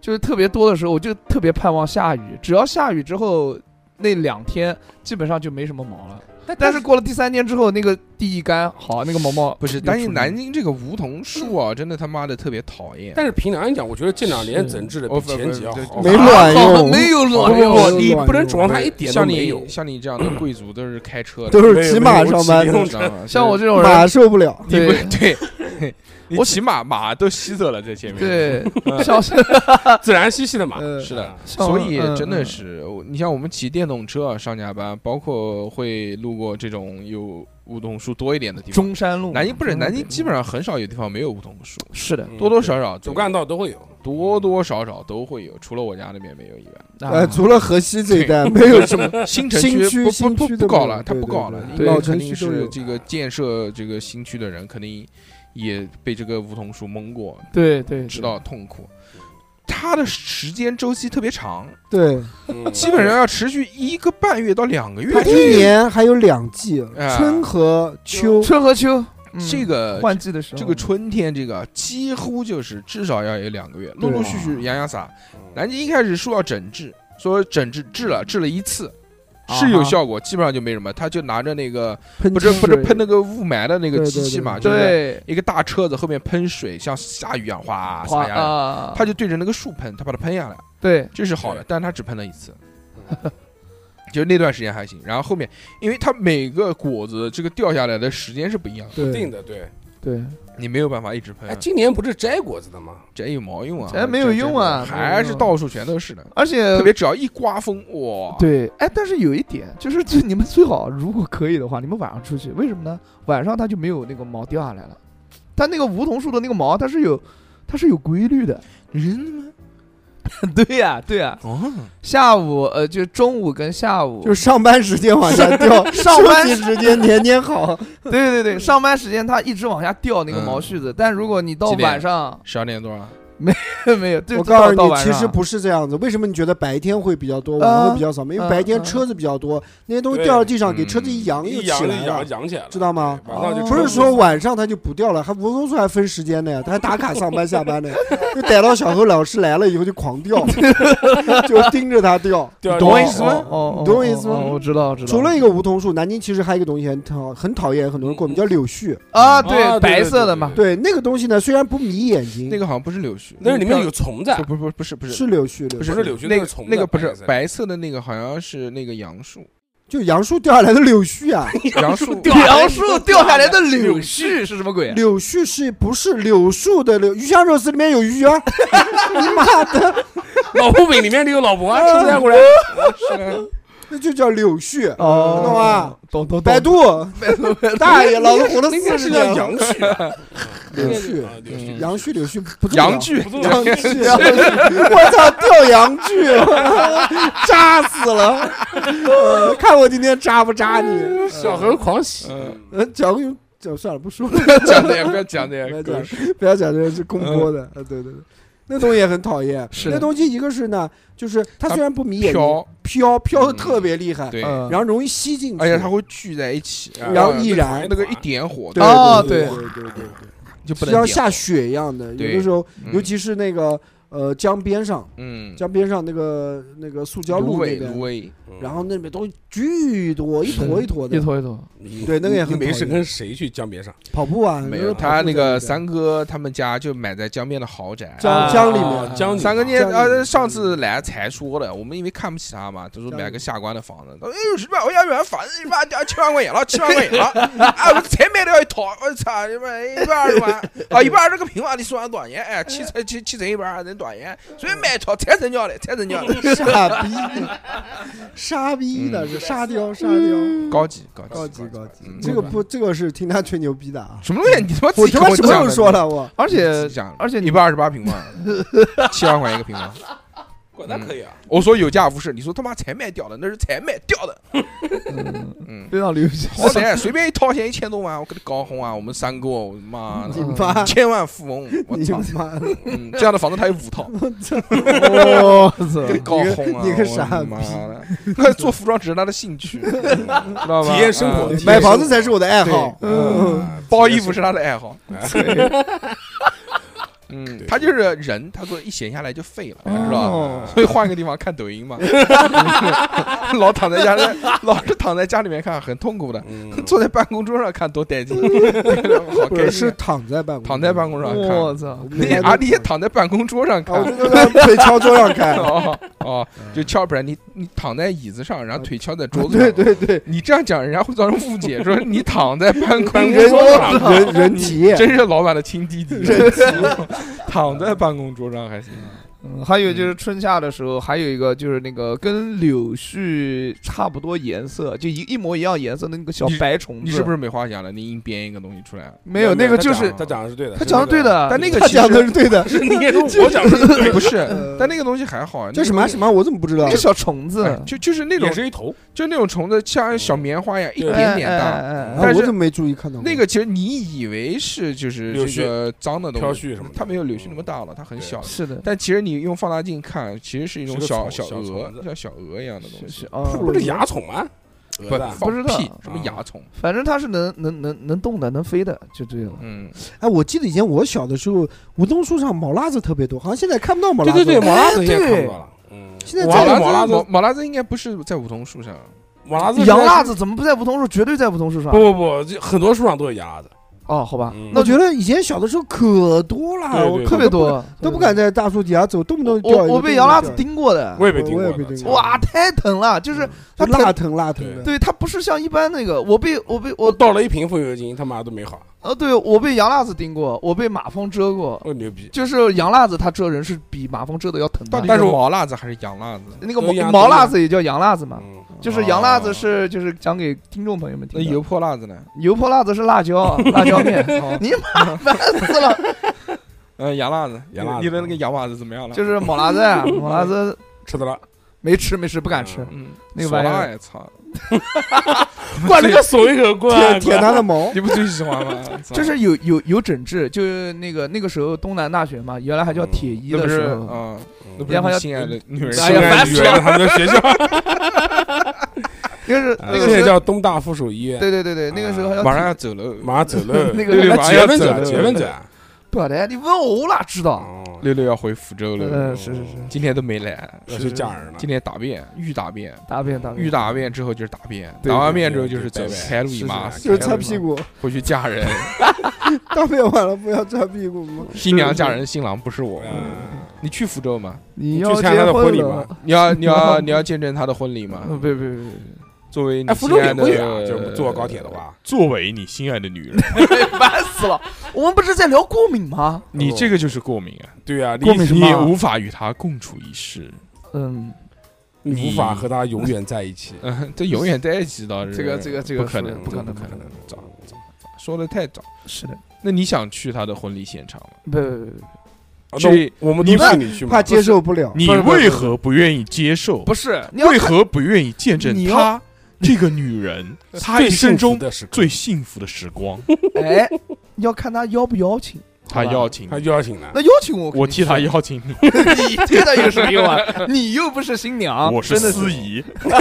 就是特别多的时候，我就特别盼望下雨。只要下雨之后，那两天基本上就没什么毛了。但但是过了第三天之后，那个地一干，好，那个毛毛
不是，
又
但是
出来
南
了
京这个梧桐树啊，真的他妈的特别讨厌。
但是凭良心讲，我觉得这两年
是
整治的
哦
比
不
前几要
不
好，
没卵
好
用，
没有
不
卵
不
用。
不，
没
你
哦有卵
不能
用
指望它一点都
像
没
你
有。
像你这样的贵族都是开车的，
都是骑马上班
没有
的
没有，
知道吗？
像我这种
马
人，
受不了。
你
对
不对， 你骑马马都吸走了在前面。，
对，像是
呃
自然吸气的嘛。
嗯，
是的。嗯
像
所以
嗯
真的
嗯
是，我你像我们骑电动车啊上下班，包括会路过这种有梧桐树多一点的地方。
中山路，
南京不是
中山嗯
南京，
路
基本上很少有地方没有梧桐树，
是的，
嗯
多多少少
主
总
干嗯道都会有。
多多少少都会有，除了我家那边没有以外，
呃，
啊
除了河西这一带，没有什么。
新城
新区
不不
新
不
区
不
都
搞
没有
了，他
对
不
对
搞
对
了，因
对
为
老
肯
城
定
区都
是
有
这个建设这个新区的人肯定也被这个梧桐树蒙过，
对对，
知道痛苦。它的时间周期特别长，
对，
嗯
基本上要持续一个半月到两个月。
它一年还有两季，
哎
春和秋
对。春和秋，嗯
这个
换季的时候，
这个春天，这个几乎就是至少要有两个月，陆陆
啊
续续洋洋洒。南京一开始树要整治，说整治治了，治了一次。是有
啊哈
效果，基本上就没什么。他就拿着那个
喷
不是
清
不是
水
喷那个雾霾的那个
对对
机器嘛，
对
就是
对
一个大车子后面喷水，像下雨一样哗
花
洒下来，
啊，
他就对着那个树喷，他把它喷下来，
对
这是好的
对，
但他只喷了一次，
嗯
就那段时间还行。然后后面，因为它每个果子这个掉下来的时间是不一样的，
一
嗯对嗯
定的对。
对，
你没有办法一直喷
哎，
啊，
今年不是摘果子的吗？
这有毛用啊？
哎
这没有用啊
这
没有用
还是到处全都是的。
而且
呃
特别只要一刮风，哇，，
对，哎，但是有一点就是最， 你们最好如果可以的话，你们晚上出去，为什么呢？晚上它就没有那个毛掉下来了，它那个梧桐树的那个毛它是有，它是有规律的。
人吗？
对呀、对呀、
哦，
下午呃，就中午跟下午，
就是上班时间往下掉，
上班
休息时间年年好。
对对对，上班时间它一直往下掉那个
嗯
毛絮子，但如果你到
几点
晚上
十二点多啊？
没有，就
我告诉
到
你，其实，
到晚上哦
不是这样子。为什么你觉得白天会比较
啊
多，晚上会比较少？因为白
啊
天车子比较多，那些东西掉到地上，
对
给车子一扬又
一
起
扬就
来了
扬。扬起来了，
知道吗
对晚上就
哦
出
不是
门
说晚上它就不掉了，还梧桐树还分时间的呀，它还打卡上班下班的呀，就逮到小何老师来了以后就狂掉， 就盯着它掉。
掉
你懂我意思
是
吗
哦？哦，哦
你懂我意思吗
哦我知道，我知道。
除了一个梧桐树，南京其实还有一个东西很讨很讨厌，很多人管我们叫柳絮。
啊，
啊对
白
对
色
对
的
对
嘛，
对，那个东西呢，虽然不迷眼睛，
那个好像不是柳絮，
那是里面有虫 子啊，
不不不是不是
是柳絮，柳
不
絮
是柳絮，
那
是
个
虫子，
那个不是
色的
白色的那个，好像是那个杨树，
就杨树掉下来的柳絮啊。
杨树
掉
杨树掉下来的柳絮是什么鬼？
柳絮是不是柳树的柳？鱼香肉丝里面有鱼啊！ 你妈的，
老婆饼里面就有老婆 啊，是不是？过来，
那就叫柳絮，
哦
懂吗？
懂懂懂
百度
百度百度
大爷，老子活了
应该是
四十
叫
年了。
杨 絮吧，
柳
应
絮
该，是啊柳
嗯
絮，
杨絮，柳絮不重要
杨剧
不，错
杨絮，杨絮我操，掉杨絮了， 扎死了！呃看我今天扎不扎你？
小何狂喜，
嗯，
呃讲个讲算了，不说了。
讲 的也不要讲的 也
不要
够
讲
是，
不要讲这是公播的，
嗯
呃，对对对，那东西也很讨厌。
是
那东西，一个是呢，就是它
它
虽然不迷眼睛，
飘，
飘飘的
嗯
特别厉害，
对，
嗯
然后容易吸进去，
而且哎它会聚在一起，啊
然
嗯后易燃
那个一点火
对
哦
对对对对对
就不
对，
能
像
点
下雪一样的。有
对
的时候，
嗯
尤其是那个呃江边上，
嗯，
江边上那个那个塑胶
芦
路
苇
那
芦
边，
苇，
嗯
然后那边东西巨多，一坨一坨
一
嗯
的，
坨一坨，
你
对那个也很
你没
讨
事
厌
跟谁去江边上？
跑步啊，
没
那
有
个跑
他
步
那
在
个
边
三啊哥他们家就买在江边的豪宅。
江江里
哦
面，
江里
三哥，
面
你
江里
呃，上次来才说了，我们因为看不起他嘛，他说买个下关的房子，哎呦，十万块钱房子，你妈要七万块钱了，七万块钱了，啊，我才买了一套，我操，你妈一百二十万，啊，一百二十个平方，你算多少钱？哎，七乘七七乘一百二等多少钱？所以买一套才成交的，才成交的，
傻逼 呢，傻逼呢
嗯
是沙雕沙雕，
高级高级
高级高级
嗯，
这个不这个是听他吹牛逼的啊，
什么东西？你他妈自
我
己
他妈
跟
什么时
讲
候
的
说？了我？
而且
讲，
而且
一
你
百二十八平方，七万块一个平方。
管他可以啊，
我说有价无市，你说他妈才卖掉的，那是才卖掉的。嗯，
非常流行，
好歹随便一套现一千多万，我给你搞红啊！我们三哥，我妈
你
的，
妈，
千万富翁，我
你
操！
妈，
嗯，这样的房子他有五 套，
我操，
给你搞红啊！
你个你个傻逼
我的妈的！那做服装只是他的兴 趣，嗯知道吧？
体验生活
嗯
体验
买房子才是我的爱好，
嗯，
包衣服是他的爱好。
对
嗯
对，
他就是人，他说一闲下来就废了，
哦
是吧？所以换个地方看抖音嘛， 老躺在家里， 老是躺在家里面看，很痛苦的。
嗯，
坐在办公桌上看多带劲， 好
不
开
是
心
是
啊。
躺在办公
躺在办公桌上
我
看，
操，
我们
你
那
啊，
天
你也躺在办公桌上
啊，我
看。
就在那腿敲桌 上看，
哦哦，就翘不然你你躺在椅子上，然后腿翘在桌子
嗯对
上。
对对，
你这样讲，人家会造成误解，说你躺在办公
人
桌上，
人人体，
真是老板的亲弟弟。 躺在办公桌上还行，
嗯，还有就是春夏的时候，还有一个就是那个跟柳絮差不多颜色，就一一模一样颜色的那个小
你
白虫子，
你是不是没话讲了？你硬编一个东西出来，啊
没有那个就是
他讲的是对的，
他讲的对的，
但那个
嗯他
其实
讲的是对的，
是你也说我讲的是对
不是
呃，
但那个东西还好啊。
这什么什么我怎么不知道啊
那个？小虫子
哎，就就是那
的，
种
也是一头，
就那种虫子，像小棉花一样，一
对
点点大。
哎
啊
哎哎
但
我
是
怎么没注意看到过
那个其实你以为是就是
柳
这个脏的
飘
东西，
絮什么的，
它没有柳絮那么大了，它很小
哎。是的，
但其实你用放大镜看，其实是一种
是个
小
虫小
蛾
虫，子
像小蛾一样的东
是
西
是。
是
哦，
不是蚜虫吗？
不
蛾子啊
放
不知道
屁什么蚜虫？
反正它是能能能能动的，能飞的，就对了。
嗯，
哎，我记得以前我小的时候，梧桐树上毛辣子特别多，好像现在看不到毛辣
对
子
对
了。
对，毛拉子现在
哎
看
对
不到了，嗯，
现在
毛
在
拉
马
毛
拉
拉
毛
子
马拉子应该不是在梧桐树上，
毛拉子
洋辣子怎么不在梧桐树？绝对在梧桐树上
不。不不，这很多树上都有牙子。
哦，好吧
嗯，
我
那就
觉得以前小的时候可多
对
了，
对
我
对
特别
根本不敢，
多，
都不敢在大树底下走，动不动
我。
掉一
我
个。
我被洋辣子叮过的，
我也被叮
我也
过
被
的，
叮过
操
哇，太疼了，就是它
就
疼
辣疼辣疼的。
对，它不是像一般那个，我被我被我
我倒了一瓶风油精，他妈都没好，
呃，对我被洋辣子叮过，我被马蜂蛰过，
我牛逼！
就是洋辣子它蛰人是比马蜂蛰的要疼
到
的
底。
但是我
毛辣子还是洋辣子？
那个
都
毛
一样
毛
都一样
辣子也叫洋辣子嘛，
嗯，
就是洋辣
哦
子是就是讲给听众朋友们
那
听的。
油泼辣子呢？
油泼辣子是辣椒，辣椒面，你妈烦死了！
嗯，洋辣子，
洋辣子
你的那个洋辣子怎么样了？
就是毛辣子啊，毛辣子
吃得了，
没吃没吃，不敢吃
嗯，
那个玩意
索拉
儿。
也操，
灌了个手一口灌
舔，舔它的 毛，
你不最喜欢吗？操
就是有有有整治，就是那个那个时候东南大学嘛，原来还叫铁一
那
的
不是
时候，
啊，那不
然后
是
要
你心爱的女人，
哎呀
呀，
烦
女
死
人他们的学校，
就是那
现
个
在
时候，
叫东大附属医院，
对对对对，那个时候还叫
马啊
铁
上要走了，
马啊上走了，
那个
六六马上
结
要
婚
走
者，
了，
结婚者，
不晓得，你问我我哪知道？
哦，
六六要回福州了，
嗯，是是是，
今天都没来，
要去嫁人了，
今天答辩预答辩，
答辩答
预
辩，
答辩之后就是答辩，
嗯对
答完辩之后就是走
对对对
开路姨妈，
是是
就是擦屁股，
回去嫁人，
大便完了不要擦屁股吗？
新娘嫁人新郎不是我，
嗯，
你去福州吗？
你
去
要
参加他
结
的婚
婚
礼
了
吧？？
你要你要你要见证他的婚礼
嗯，
吗？
别别别别，
作为你
哎，福州
心
也
爱
贵啊，
的，
就是坐高铁的话，
作为你心爱的女人，
烦死了！我们不是在聊过敏吗？
你这个就是过敏啊，
对啊，
过敏什
你
么
你无法与他共处一室。
嗯，
你无法和他永远在一起，
嗯， 这永远在一起倒是
这个这个这个
不可
嗯是
能，
不可能
不
不
可
可
能
能，
早早早说的太早。
是的，
那你想去他的婚礼现场吗？
不不不。
啊那
这
我们
你
都是你去
怕
吗？
接受不了，
你
不是不是
为何不愿意接受？
不是，你 要
为何不愿意见证
你要
她这个女人，她
最
一生
幸福
中
的时刻，
最幸福的时光？
看哎，要看他邀不邀请。
她
好吧
邀请
他
你，
邀请了，
那邀请我，
我替她，邀请你，
你替他有什么用 啊？你又不是新娘，
我是
真的
司仪，
你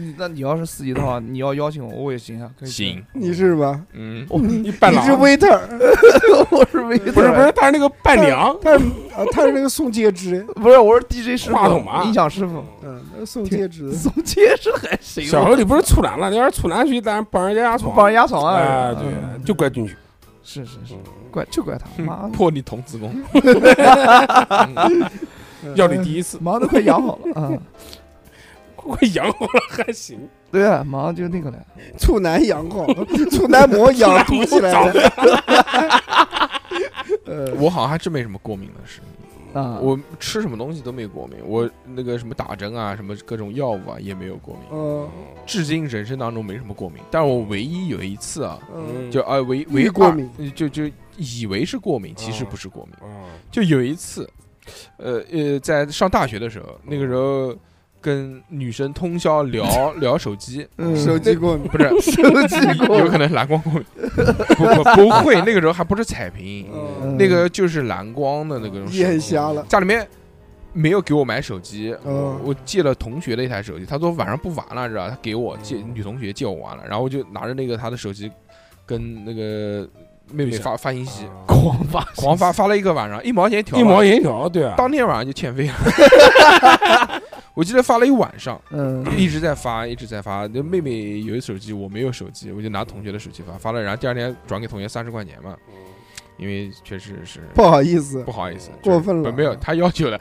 嗯那你要是四级的话，你要邀请我，我也行啊。可以
行，，
你是什么？
嗯，
我
哦你伴
你
郎
是 waiter，
我是没
不是不是，他是那个伴 娘，
他是啊，他是那个送戒指，
不是，我是 DJ 师傅，
话筒嘛
音响师傅，
嗯，那送戒指。
总结是还行吧。
小时候你不是处男了，你要是处男去，咱帮人家压床，
帮人压床
哎，
啊，
对，
嗯
就怪进去。
是是是，
嗯
怪就怪他，妈
破你童子功，
要你第一次，
忙都快养好了啊。
快养活了还行，
对啊，马上就那个了。
处男养好，处男膜养凸起来了。呃，
我好像还真没什么过敏的事。
啊，
我吃什么东西都没有过敏，我那个什么打针啊，什么各种药物啊也没有过敏，
嗯
至今人生当中没什么过敏。但我唯一有一次啊，
嗯，
就啊唯唯
易过敏
二就就以为是过
啊
敏，其实不是过敏。
嗯
就有一次，呃呃，在上大学的时候，那个时候跟女生通宵 聊聊手机，
嗯
手机过敏。
不是
手机过
有可能蓝光过敏，不不不会，那个时候还不是彩屏，
嗯
那个就是蓝光的那个手
眼瞎了，
家里面没有给我买手机，
嗯
我借了同学的一台手机，他说晚上不玩了，知道吧？他给我借
嗯
女同学借我玩了，然后我就拿着那个他的手机跟那个妹妹
对象
发发信息，
狂发
狂发发了一个晚上，一毛钱一条吧，
一毛钱一条，对啊，
当天晚上就欠费了。 我记得发了一晚上，
嗯
就一直在发，一直在发。那妹妹有手机，我没有手机，我就拿同学的手机发，发了，然后第二天转给同学三十块钱嘛，因为确实是
不好意思，
不好意思，
过分了啊
没有，他要 求的，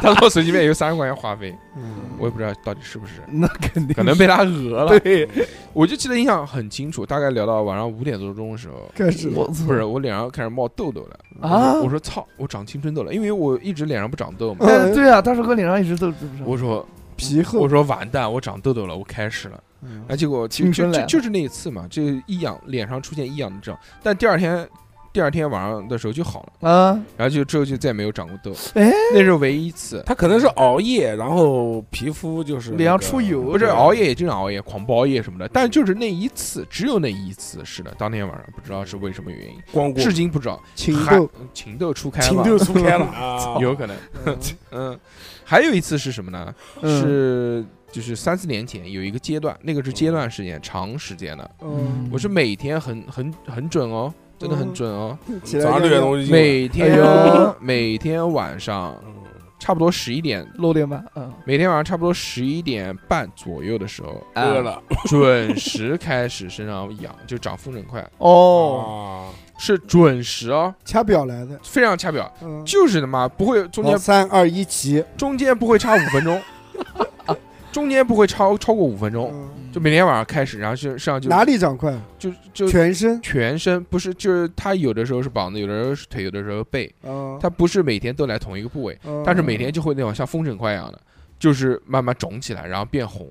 他说手机里面有三十块钱话费，
嗯
我也不知道到底是不是，
那肯定
可能被他讹了。
对，
我就记得印象很清楚，大概聊到晚上五点多钟的时候，
开始了
我操
不是我脸上开始冒痘痘了
啊
我说操，我长青春痘了，因为我一直脸上不长痘嘛。
哎对啊，大叔哥脸上一直都是不
啊
是？
我说
皮厚
我，说完蛋，我长痘痘了，我开始了。
嗯
啊，结果就
青
就
春来
就
了
就是那一次嘛，就异样，脸上出现异样的症，但第二天第二天晚上的时候就好了，
啊，
然后就之后就再也没有长过痘。
哎，
那是唯一一次。
他可能是熬夜，然后皮肤就是那个
脸上出油
不是熬夜也经常熬夜，狂暴夜什么的，但就是那一次，只有那一次，是的，当天晚上不知道是为什么原因，
光顾
至今不知道。
情
还
窦，
情窦初开
情
吧，，
窦初开了啊
有可能。
嗯
嗯，还有一次是什么呢？
嗯
是就是三四年前有一个阶段，那个是阶段时间，长时间的，
嗯，
我是每天很很很准哦，
嗯
真的很准哦，
起来
早上六
尿
点
尿
钟就进来
每天、
哎呦
每天晚上
嗯
差不多十一点，
露脸吧，嗯，
每天晚上差不多十一点半左右的时候，
饿
啊
了
嗯准时开始身上痒，就长风疹块，
哦，
哦，
是准时哦，
掐表来的，
非常掐表，
嗯，
就是他妈不会中
好
哦
间
三二一起，
中间不会差五 分钟，中间不会超超过五分钟，
嗯
就每天晚上开始，然后就身上就
哪里长块？
就就
全身，
全身不是，就是他有的时候是膀子，有的时候是腿，有的时候是背，
嗯，
他不是每天都来同一个部位，
嗯
但是每天就会那种像风疹块一样的，就是慢慢肿起来，然后变红。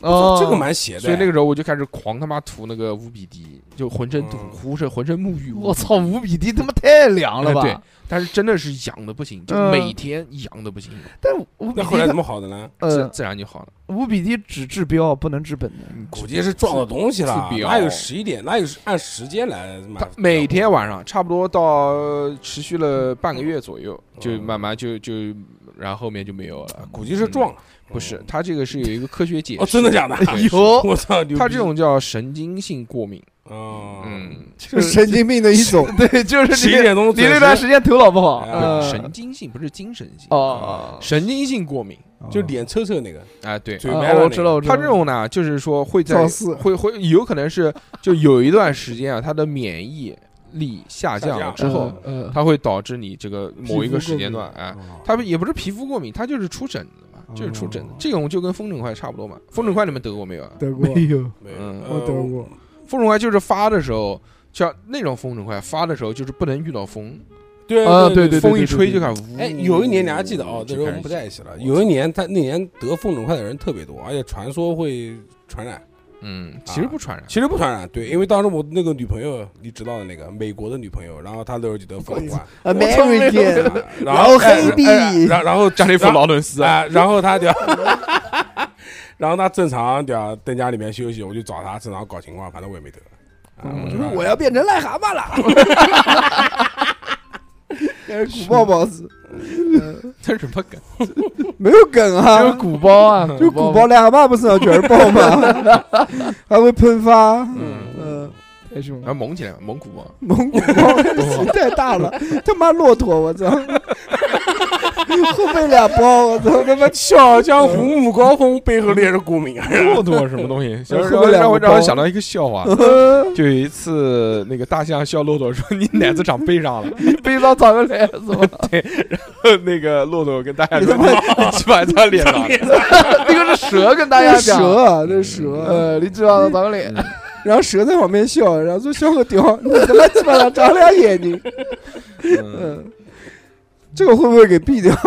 哦，
这个蛮邪的，
所以那个时候我就开始狂他妈涂那个五比滴，就浑身涂，
嗯
浑身浑身沐浴。
我！操，五比滴他妈太凉了吧？
对，但是真的是痒的不行，就
嗯
每天痒的不行，
但五 比
那
滴
后来
它
怎么好的 呢？
自
呃，
自然就好了。
五比滴只治标不能治本的。
估计是撞到东西了，
自闭哦
哪有十一点？哪有按时间来买
他？每天晚上差不多到持续了半个月左右，就慢慢就就，然后后面就没有了。
嗯啊估计是撞了，
嗯
嗯
不是，他这个是有一个科学解释。
哦，真的假的？
对是哎
有，
我操，牛逼
他这种叫神经性过敏。
哦，
嗯，
就 神经病的 一种，
对，就是
十
你
一点钟
你
准
那
时
段时间头脑不好，
哎
嗯
对，神经性不是精神性，
哦，
神经性过敏
就脸臭臭那个，
啊，对。
嘴
啊
歪了
我
那
知
个
道，我知道。
他这种呢，就是说会在
造势
会会有可能是就有一段时间啊，他的免疫力下降了
下降
之后，
呃，
它会导致你这个某一个
皮肤
时
过敏
间段，哎，
哦
它也不是皮肤过敏，它就是出疹子嘛，就是出疹子。这种就跟风疹块差不多嘛。风疹块你们得过没有啊？
得过，
有，
没有
嗯
我得过，
风疹块就是发的时候，像那种风疹块发的时候就是不能遇到风，
对
哦
啊对对
风一吹就开始呜。
哎，有一年你还记得哦？那
就
时候我
开
们
始
不在一起了。有一年他那年得风疹块的人特别多，而且传说会传染，啊
嗯，其实不传染。
其实不传染。对，因为当时我那个女朋友，你知道的那个美国的女朋友，然后她那时候就得风疹 块，
呃 American，
啊呃然
然
后
后黑
哎
币，
然然后
加了一副
然后
劳伦斯，
啊，然后他屌，然后他正常屌在家里面休息，我就找他正常搞情况，反正我也没得。啊，
嗯
我就说
我要变成癞蛤蟆了。 变成古抱抱子，
这是什么梗？
没有梗
就是
啊，
鼓包 啊，
就鼓包癞蛤蟆不是要卷包吗？还会喷发，
嗯，
嗯，
太凶
然后
了，
啊蒙起来，蒙古包，
蒙古包太大了，他妈骆驼，我操！后背俩包，我操！
他妈笑傲江湖莫高峰背后列着股民，啊
骆驼什么东西？
然后
让
后面两
让我
个
让我
包
想到一个笑话，就有一次那个大象笑骆驼说：“你奶子长背上了。
背到早上来怎么？”
那个骆驼跟大象
你
说
他：“妈
你鸡巴在脸上。”
那个是蛇跟大
那
家
是
讲，
蛇，啊，那是蛇，
呃，你知道早上来，
然后蛇在旁边笑，然后说笑个屌， 你他妈鸡巴上长俩眼睛，
嗯
嗯，这个会不会给毙掉？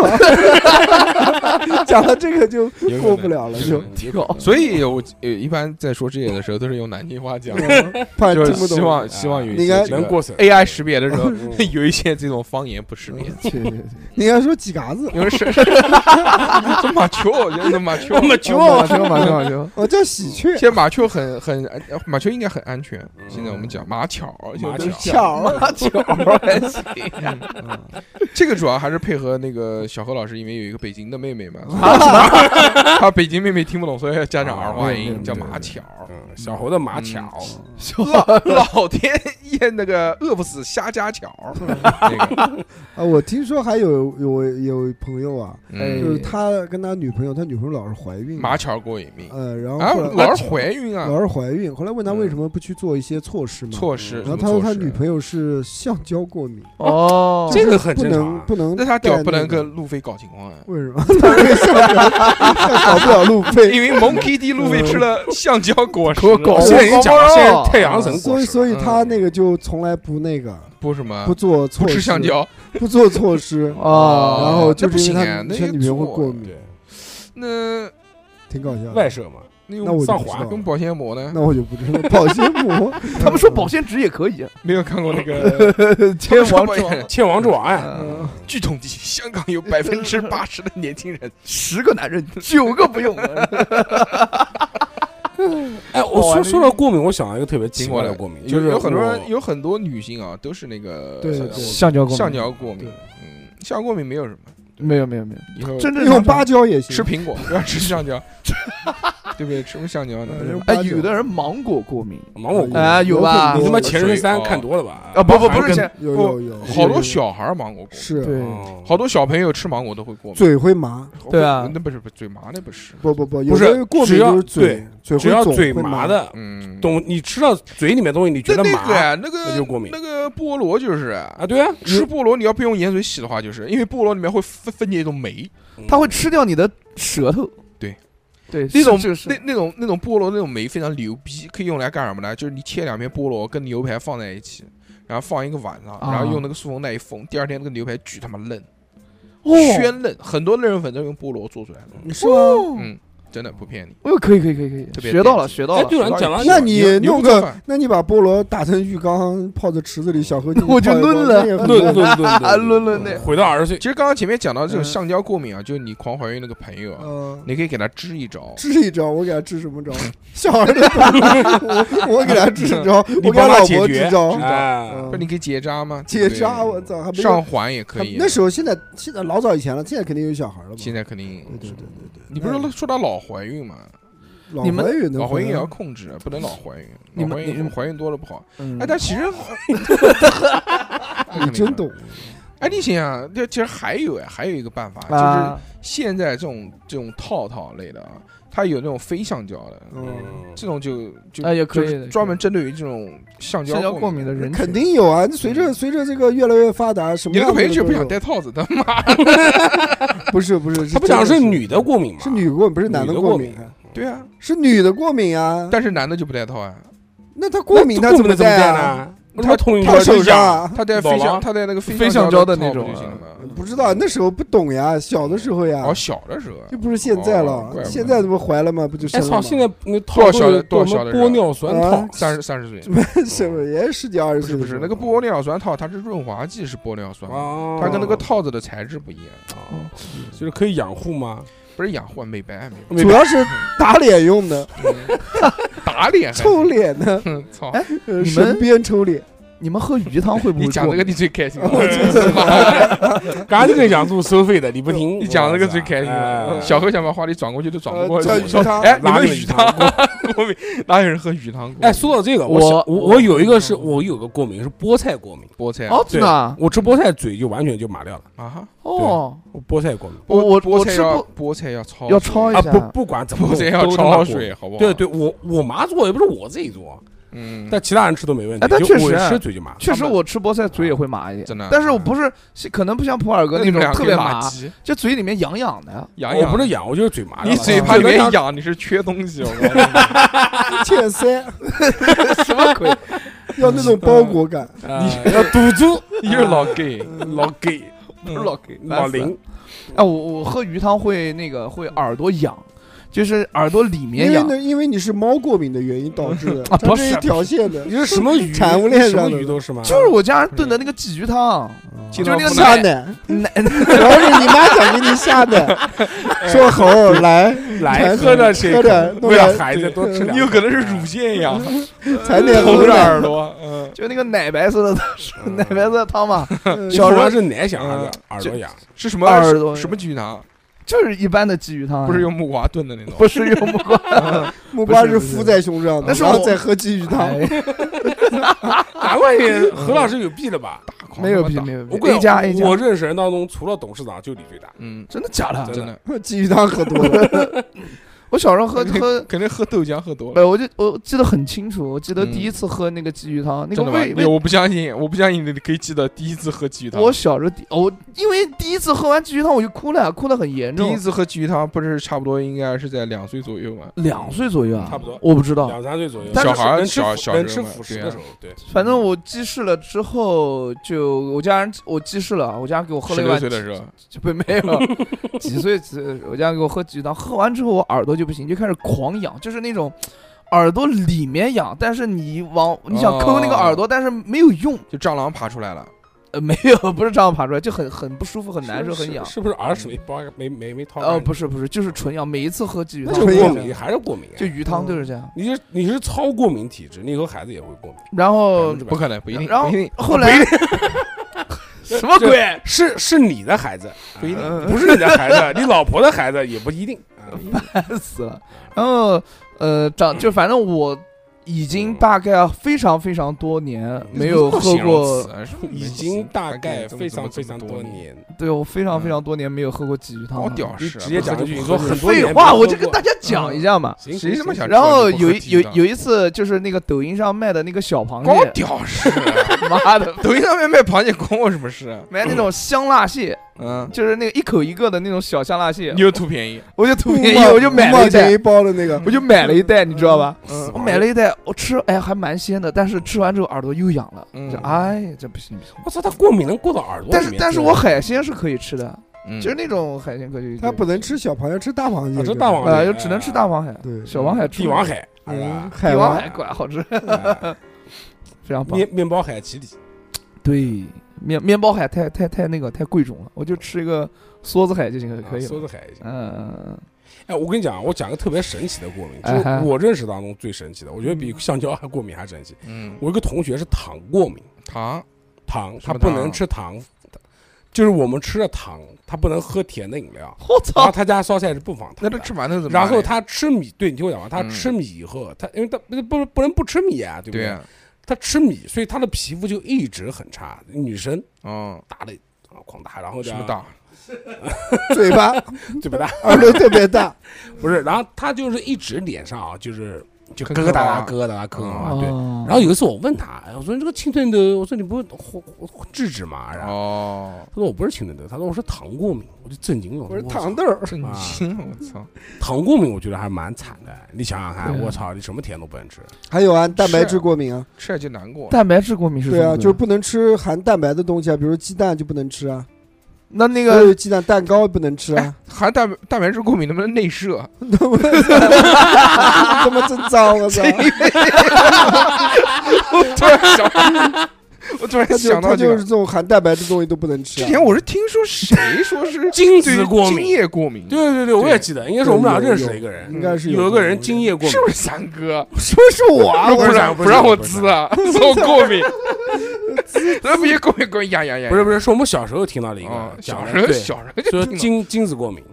讲了这个就
有可能
过不了了，就
有可能所以我呃一般在说这些的时候都是用南京话讲，
嗯 怕
就
听不
是
懂。
希望希望有一
你应
些
该
这
啊能
个
过审。
AI 识别的时候
嗯
有一些这种方言不识别，
去去去你应该说几嘎子，
因为是 这马球，我觉得这马球
那。么
球
久，
马球马球马球，
我哦叫喜鹊
现，在马球很很呃马球应该很安全。
嗯
现在我们讲马巧，
马
就是
巧
巧儿，
马球还行，
嗯这个主要还是配合那个小何老师，因为有一个北京的妹妹嘛，他北京妹妹听不懂，所以要加上儿化音，哎叫马巧。
嗯，小猴的马巧，
小
老老天爷那个饿不死瞎家巧，那个
啊，我听说还有有有朋友啊，
嗯
就是他跟他女朋友，他女朋友老是怀孕，
马巧过瘾命
呃，然后
啊
后来，
老是怀孕啊，
老是怀孕，后来问他为什么不去做一些措施嘛？
措施。
然后他说他女朋友是橡胶过敏，
哦，
这个很
不
正常
能
啊。
不能
那
带那
他
个，
屌不能跟路飞搞情况啊，
为什么？ 他为什么搞不了路费？
因为蒙 K D 路飞吃了橡胶果实，
可搞
现在已经讲了，
哦
现在太阳神
所
果
以
实，
所以他那个就从来不那个，
不什么
不做措
啊不
施，
吃橡，胶，
不做措施，
哦，。
然后就
那不
是因
行
为
啊
他，
那
他女朋友会过敏，
对
嗯
那
挺搞笑的。
外设嘛，
那
那
用
我就
上
不知
滑
道
用
了，
保鲜膜呢？
那我就不知道保鲜膜
他们说保鲜纸也可以，啊
没有看过 那个
天 王之王
之
《千王之王》呀，
嗯
嗯，
据统计，香港有百分之八十的年轻 人
十个男人九个不用，
哎，我说说到过敏，我想到一个特别奇怪的过敏，就
有
是
有很多
我
人，有很多女性啊，都是那个
对对
橡胶过敏
橡胶过敏
对。
嗯，橡胶过敏没有什么，
没有没有没有，
以后
真正
用芭蕉也行，
吃苹果不要吃橡胶，对不对？吃什么橡胶呢？
嗯用
哎
芭，蕉呃
有的人芒果过敏
芒果过敏
哎有吧
你他妈《
有
前任三》看多了吧？
啊，不不
韩
不是
庚
现
有有有，
好多小孩儿芒果过敏，
是
对
哦
好多小朋友吃芒果都会过敏。
嘴会麻，
对啊
那不是不是嘴麻，那不是。
不不不，
不
有
是
的人过敏就是
只
嘴，嘴
只要
会肿
嘴
会
麻
麻，
的
嗯，
东，你吃到嘴里面东西，你觉
那
得
那个
麻
呀，那个
那就过敏
那个菠萝就是啊
啊？对啊，
吃菠萝你要不用盐水洗的话，就是因为菠萝里面会分分解一种酶，
它会吃掉你的舌头。
对
对，
那种
是这个是
那那种那种菠萝那种酶非常牛逼，可以用来干什么呢？就是你切两片菠萝跟牛排放在一起，然后放一个晚上，
啊
然后用那个塑封袋一封，第二天那个牛排巨他妈嫩，
哦，
鲜嫩，很多嫩肉粉都用菠萝做出来的，
是吗？
嗯，真的不骗你。
哦，可以可以可以可
特别
以，哦学到了学到
哎，
了。
对了，你讲到
那
你
你
你不
弄
做
个
饭，
那你把菠萝打成浴缸，泡在池子里，小河进去
我就
泡一泡
抡了
那也很
论
嫩
论论
啊论论的
回到二十岁
其，实刚刚前面讲到这种
嗯
橡胶过敏啊，就是你狂怀孕那个朋友啊，
嗯，
你可以给他支一招，
支一招，我给他支什么招？小孩的 我，我给他支招，
你
我给
帮
他
他
老
解
婆
决
支招，
啊
嗯
不是你可以结扎吗？
结
对
扎，
不
我操，还
对
没
上环也可
还
以。啊
那时候现在现在老早以前了，现在肯定有小孩了嘛。
现在肯定，
对对对对对，
你不是说他老怀孕吗？
老
你们
怀孕的
老怀孕也要
话
控制，不能老怀孕，
你
老
们
怀
你
孕
们
怀孕多了不好。
嗯
哎，但其实，
你真懂。
哎，你想想，这其实还有哎，还有一个办法，就是
啊，
现在这种这种套套类的啊，它有那种非橡胶的，
嗯，
这种就就
哎也可
就
以
是
的
专门针对于这种橡胶
社交过
敏
敏的
的。
人
肯
群
定有啊！随着随着这个越来越发达，什么
你那
样
个朋
的
友就
都
不想
有
戴套 子的吗？
不是不是，
他不
真
讲
的是
是女的过敏吗？
是女过敏，不是男
女的
过
过
敏
敏，
对啊，
是女的过敏啊。
但是男的就不戴套啊，
那他过敏
那
他怎
么
戴
戴
啊？
呢？我他妈痛一
他
块
手上
上，
啊？
他戴
老
非橡，
狼
他戴那个非
非
橡
橡胶
的
的
套
那
不
种
就行了
啊
吗？
不知道那时候不懂呀，小的时候呀
哦，，小的时候
又不是现在
哦怪
了。
不得
现在怎么怀了吗？不就
哎
生了
操！
吗？
现在那套
多少小的
都有
多少
什么
小的人嗯
玻尿酸套
啊，
三十三十岁，
什么也十几二
不
十
是
岁的时
不是，
候？
那个玻尿酸套它是润滑剂，是玻尿酸，
啊，
它跟那个套子的材质不一样，
哦就是可以养护吗？
不是养护美白美白，
主要是打脸 用的，
打脸还
抽脸的，
行，操！
呃
你们
神鞭抽脸。
你们喝鱼汤会不会
你讲
过
这个
敏
你最开心，
刚才就跟你讲录收费的，你不听，
你讲这个最开心
哎
了。小何想把话题转过去都转不过
呃
去
这。鱼
说
汤
哎，你
哪
们
有
鱼
鱼汤
汤过敏？哪有人喝鱼汤过敏？
哎，说到这个，我
我
想我我有一个是我有个过敏是菠菜过敏，
菠菜
哦，真的啊
我吃菠菜嘴就完全就麻掉了，
啊哈，
哦，
我菠菜过敏
我我
菠
我
菜
吃
要
过
菠菜要焯
要
水
焯一
啊！
下
不不管怎么
菠菜
弄
要
都他妈过
焯
敏
水，好不好？
对对，我我妈做也不是我自己做，
嗯，
但其他人吃都没问题。
哎但
就
确实
我吃嘴就麻。
确实我吃菠菜嘴也会麻一点，
真的
但是我不是可能不像普洱哥
那
那
你
种
们俩
特别
垃
麻，
圾，
就嘴里面痒痒 的。
痒
我
痒。
不是痒，我就是嘴麻掉了。啊
你嘴巴
就
里
跟
面
当
痒，你是缺东西，我告诉你。
切塞，
什么 鬼？
要那种包裹感。
你要堵住，
你是老 gay，
老给
不是老给
老林，
哎，我我喝鱼汤会那个会耳朵痒，就是耳朵里
因
面
为
痒。
那因为你是猫过敏的原因导致 的，
啊
它
不
这
是
一条线的
你是什么鱼？
产物链
什么
上的
鱼都
啊
是吗？
就是我家人炖的那个鲫鱼汤，
就
就是那个
下
奶
奶，
奶，
主要是你妈想给你下 奶，
哎
说猴儿来
来
产
喝着谁
喝着弄
为了
点
啊
孩子多吃点。嗯
你有可能是 乳腺痒，
产点
头
猴
着
奶
耳，朵，嗯，
就那个奶白色的汤是奶白色的汤嘛，
嗯
小时候
主要是奶响还是耳朵痒？
是什么
耳朵
什么鸡汤？
就是一般的鲫鱼汤啊，
不是用木瓜炖的那种。
不是用木瓜。
木瓜是敷在胸上的，
不是
然后
我
再喝鲫鱼汤。
哎
难怪你 何老师有弊了吧？
没有屁没有
我
啊
屁
跟
，A
你
加
讲
A 加
我，认识人当中，除了董事长就你最大。
嗯，
啊真的假的？
真的，
鲫鱼汤喝多了，
我小时候喝
肯定
喝。
肯定喝豆浆喝多了。
没有，我就我记得很清楚，我记得
嗯
第一次喝那个鲫鱼汤，那个
真的吗
味？
你
味，
我不相信，我不相信你可以记得第一次喝鲫鱼汤。
我小时候第我因为第一次喝完鲫鱼汤我就哭了，哭得很严
第一
重。
次喝鲫鱼汤不是差不多应该是在两岁左右嘛？
两岁左右啊，
差不多
我不知道。
两三岁左右，
但是
小孩儿吃
小
辅
小
能
时
吃
候嘛
辅食
对啊
的时候，对，
反正我记事了之后，就我家人我记事了，我家给我喝
十
了一
六
碗
岁的时候，
就不没 有几岁几岁，我家给我喝鲫鱼汤，喝完之后我耳朵就不行，就开始狂痒，就是那种耳朵里面痒，但是你往
哦
你想抠那个耳朵，但是没有用，
就蟑螂爬出来了，
呃，没有，不是这样爬出来，就很很不舒服，很难受，
是
很痒
是。是不是耳屎没包没没没掏干净？
呃，不是不是，就是纯痒，每一次喝鲫鱼
那
汤
就
都是
过
这
敏，
样，
还是过敏啊？
就鱼
哦
汤就是这样。
你是你是超过敏体质，你以后孩子也会过敏。
然后
嗯
不可能，不一定，
然后
不一定，
后来 什么鬼？
是是你的孩子，
不一定。
嗯
不是你的孩 子，你老婆的孩子也不一定。啊
烦 死了。然后呃，长就反正我已
嗯
经大概非常非常多年没有喝过，
啊
已经大概非常非常多。年，
对我非
嗯
常非常多年没有喝过鲫鱼汤
好
了。
屌
你
丝，
直接讲一句，你说很多
废
年
话，
没
我
有
就
喝过
跟
嗯
大家讲一下嘛。
行
谁他妈
行
想
然后有一有有一次就是那个抖音上卖的那个小螃
光
蟹，
屌丝，啊
妈的，
抖音上面卖螃蟹关我什么事？啊
买那种香辣蟹，
嗯，
就是那个一口一个的那种小香辣蟹
你，又图便宜，
我就图便
五
宜，
毛
我就买
五
了
毛
一
钱
袋
一，包的那个，
我就买了一袋，你知道吧？
嗯
我买了一袋，我吃，哎，还蛮鲜的，但是吃完之后耳朵又痒了，
嗯
就哎，这不行不行。
我操，他过敏能过到耳朵里
但
面
是
去
但是我海鲜是可以吃的，
嗯
就是那种海鲜可以。
它不能吃小螃蟹，吃大螃蟹。
啊吃大螃蟹
啊，就只能吃大螃蟹，
对
小王海吃
帝王，海，好
嗯，
吧
海
帝王
王
海管好吃，
哎
非常棒。
面面包海奇里，
对，面面包海太太太那个太贵重了，我就吃一个梭子海就行了，可以
啊梭子
了。
海也行。
嗯，
哎，我跟你讲，我讲个特别神奇的过敏，就
哎嗨
是我认识当中最神奇的，我觉得比
嗯
橡胶还过敏还神奇。
嗯，
我有个同学是糖过敏，
糖
糖
什
他
么
不
糖
能吃糖，就是我们吃的糖，他不能喝甜的饮料。然
我
后
操，
他家烧菜是不放
哦那
糖
他
的。
吃馒头怎么办
然
嘞？
后他吃米，对你听我讲完，啊他
嗯
吃米以后，他因为他不不不能不吃米啊，对不
对呀，
他吃米，所以他的皮肤就一直很差。女生
嗯，
大的啊狂大，然后这
什
样
么大？
嘴巴
嘴巴大，
耳朵特别大，
不是，然后他就是一直脸上啊，就是就
坑
疙
坑
疙瘩瘩
啊
疙瘩瘩坑啊，对。
哦
然后有一次我问他，哎，我说你这个青春痘，我说你不会治治吗？然后
哦，
他说我不是青春痘，他说我是糖过敏，我就震惊了。
我是
操
糖豆儿。
震惊！我操，
糖过敏，我觉得还蛮惨的。你想想看，
对啊
我操，你什么甜都不能吃，
还有啊，蛋白质过敏啊，
吃了就难过。
蛋白质过敏是什
对
么
啊，
鬼？
就是不能吃含蛋白的东西啊，比如鸡蛋就不能吃啊，
那那
还
个
有鸡蛋蛋糕也不能吃啊，
含蛋蛋白质过敏能不能内 射？
他妈真脏，我操！
我突然想，我突
他
然
就
想
他
到这
就
个
是。这种含蛋白的东西都不能吃
之
啊。
前我是听说谁说是
精
对
子过
精
敏。
液过敏，
对对对，我也记得，应该是我们俩认识的一个人，
应该是
有一个人精
经
液过敏
是。不是三哥？
是不是我啊？
不
不是
让
不是
不 让我
不是
滋啊，说我过敏，那不也跟我跟痒痒痒？
不是不是，是我们小时候听到的一
啊
个，讲的，
小时候
对
小时候就
说
听了
精精子过敏，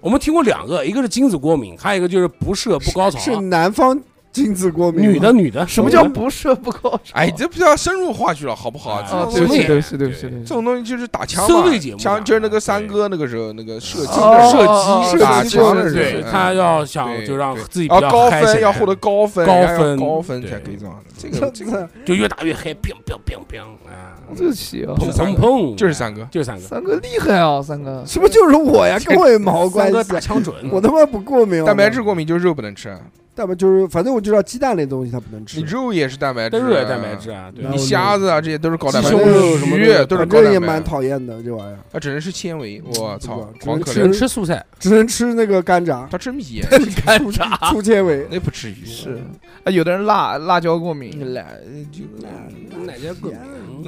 我们听过两个，一个是精子过敏，还有一个就是不射不高潮，
是男方精子过敏吗，
啊女的女的，
什么叫不射不高潮？
哎，这不要深入话题了，好不好？
啊
这
哦，
种
对
东
不起，
西
对不起，对不起，
对
对不起
这。种东西就是打枪
社
嘛
会节，目
枪
嘛
就是那个三
对
哥那个时候那个射击
哦
的
哦哦
射击打
射击过
枪
的
的
人
对
时候，
他
嗯
要想
对
就让
对
自己比
要
较
啊高
嗨起
分，
来
要获得高分，
高
然后要
分
高分
对
才可以这样的。这个这个
就越打越嗨，砰砰砰砰啊，
对不起啊，
砰
三
砰
个
砰，
就是三哥，
就是三个，
三哥厉害啊，三哥，
什么就是我呀，跟我有毛关
三哥
系
打
啊？
枪准，
我他妈不过敏，
蛋白质，过敏就是肉不能吃，啊
蛋白就是，反正我就知道鸡蛋类东西他不能吃
你，肉也是蛋白质，
都是蛋白质。啊，对
然
你
后
虾子啊，这些都是高蛋白
鸡胸肉
质，
什么
鱼
的
都是
反
高
正也
蛋白啊
蛮，讨厌的这玩意儿，
它只能是纤维，我操
不知道，
狂
只
可
能
只
怜
能。吃素菜，
只能吃那个甘蔗，
他吃米，
粗粗纤维。
啊那不吃鱼
是啊，有的人辣辣椒过敏，嗯
辣就
哪家过敏？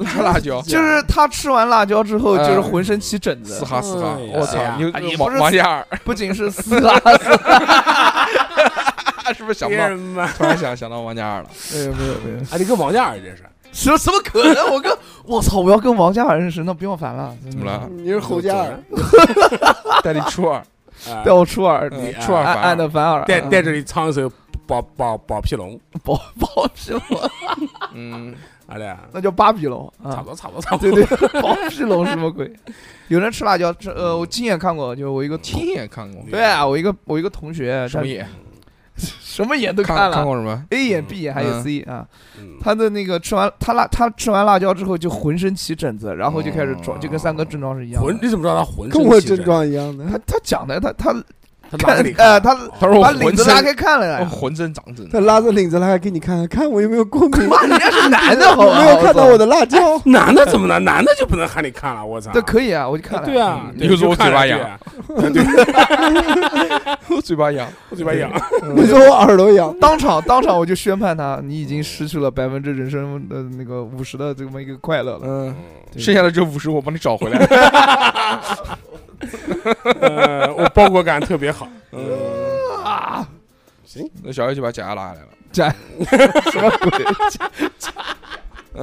辣辣 椒，
就是他吃完辣椒之后，
嗯
就是浑身起疹子
嘶，哈嘶哈，
哎呀
我操，
啊
你
也
就
不
王
是
王嘉尔，
不仅是啊撕拉，撕
是不是想不到？
天妈！
突然想想到王嘉尔了，
没有没有没有，
啊，你跟王嘉尔这是
什么什么可能？我跟我操，我要跟王嘉尔认识，那不要烦了。怎
怎么？了？
嗯你是侯家
嗯
尔，
带你初二，嗯
啊
带我出尔，
你
初二啊
按
反
按的
了，
反尔，
啊带
嗯
带着你唱一首《宝宝宝皮龙》，
保保皮龙，
嗯，
啊嘞，啊
那叫芭比龙
差
啊
不。多差不多差不
对
多。
对， 包皮龙什么鬼？有人吃辣椒，吃呃，我亲眼看过，就我一个
亲眼看过，
对啊，我一个我一个同学，
什么
他
眼？
什么眼都
看看
了
过什么？
，A 眼、B 眼还有
嗯
C 眼啊。
嗯
他的那个吃完他辣他吃完辣椒之后就浑身起疹子，然后就开始装，
哦
就跟三哥症状是一样的。
浑，你怎么知道他浑身
跟我
起疹
症？状一样的。
他他讲的他他
他拉
看
给你看哦
呃他
他说我
把领
浑
子
身
拉开看了
我
呀，
哦浑身长疹，
他拉着领子来给你看看，看我有没有过敏。
妈人家是男 的，好吧
有没有看到我？的辣椒？
男的怎么了？男的就不能喊你看了，我操！
这可以啊，我就看了。
对啊，
嗯
对
你就说我
看
嘴巴
了
痒
对啊
我 嘴巴痒，
我嘴巴痒，
你说我耳朵痒？
当场当场我就宣判他，你已经失去了百分之人生的那个五十的这么一个快乐了。
嗯，剩下的这五十我帮你找回来。
呃，我包裹感特别好。嗯，
啊，
那小黑就把假牙拉下来了。
什么鬼？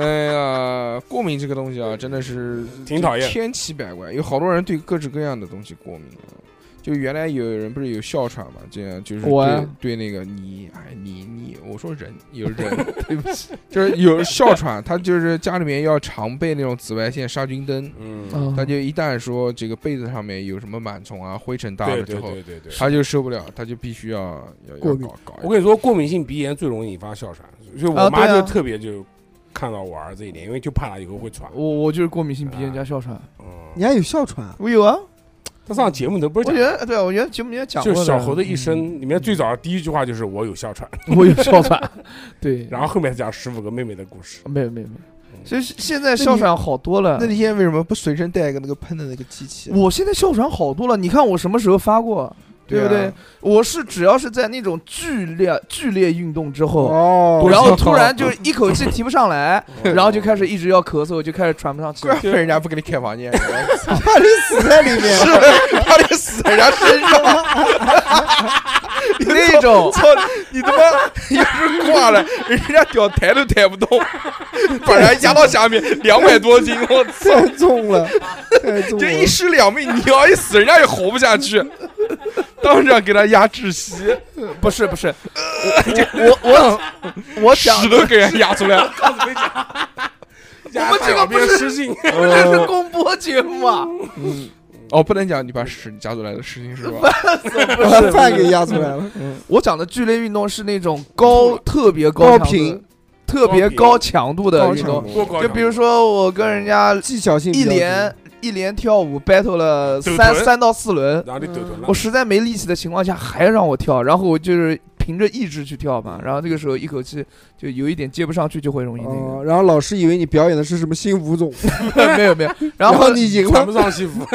哎呀，过敏这个东西啊，真的是
挺讨厌
千奇百怪，有好多人对各式各样的东西过敏啊。就原来有人不是有哮喘嘛，这样就是
我
对
啊
对那个你哎你你，我说人有人
对不起，
就是有哮喘，他就是家里面要常备那种紫外线杀菌灯，
嗯，
嗯
他就一旦说这个被子上面有什么螨虫啊、灰尘大
对
了
对
之后，
对对对。
他就受不了，他就必须要要
过
要
敏
搞搞一
我
个。
跟你说，过敏性鼻炎最容易引发哮喘，所以
啊
我妈
对啊
就特别就看到我儿子一点，因为就怕他以后会喘。
我我就是过敏性鼻炎加哮喘，
嗯，
你还有哮 喘？
我有啊，
他上节目都不
我
是讲
觉，得对啊，我原来节目里面讲过
就
的，
是小猴的一生里面最早第一句话就是我有哮喘，
嗯， 我有哮喘， 对，
然后后面讲十五个妹妹的故事。
没有没有没有，其实现在哮喘好多了
嗯那。你现在为什么不随身带一个那个喷的那个机器？
我现在哮喘好多了，你看我什么时候发过，对不
对
对
啊？
我是只要是在那种剧烈剧烈运动之后，
哦，
然后突然就一口气提不上来，然后就开始一直要咳嗽，就开始喘不上气
哦怪。不得人家不给你开房 间，
怕你死在里面。
他得死在人家身上。
那种
操你他妈要是挂了，人家屌抬都抬不动，把人家压到下面两百多斤，我 操！
太重了，太重
这一
了！
尸两命，你要一死，人家也活不下去。当时要给他压窒息，
不是不是，我 我我我讲
屎都给人压出来。
我
们这个不是
失禁，
我们这是公播节目啊，
哦，不能讲你把屎夹出来的事情是吧？
把饭给压出来了。
我讲的剧烈运动是那种高特别高强度
频、
特别高强度的
高
运
强
动，
多高
就比如说我跟人家
技巧性比
一
较低
连一连跳舞 battle 了
抖
三
臀
三到四轮，
然后就抖臀了
嗯我。实在没力气的情况下还让我跳，然后我就是凭着意志去跳嘛，然后这个时候一口气就有一点接不上去，就会容易
哦，
那
然后老师以为你表演的是什么新舞种，
个，没有没有，然
然
后
后你赢
穿
了
不，上西服，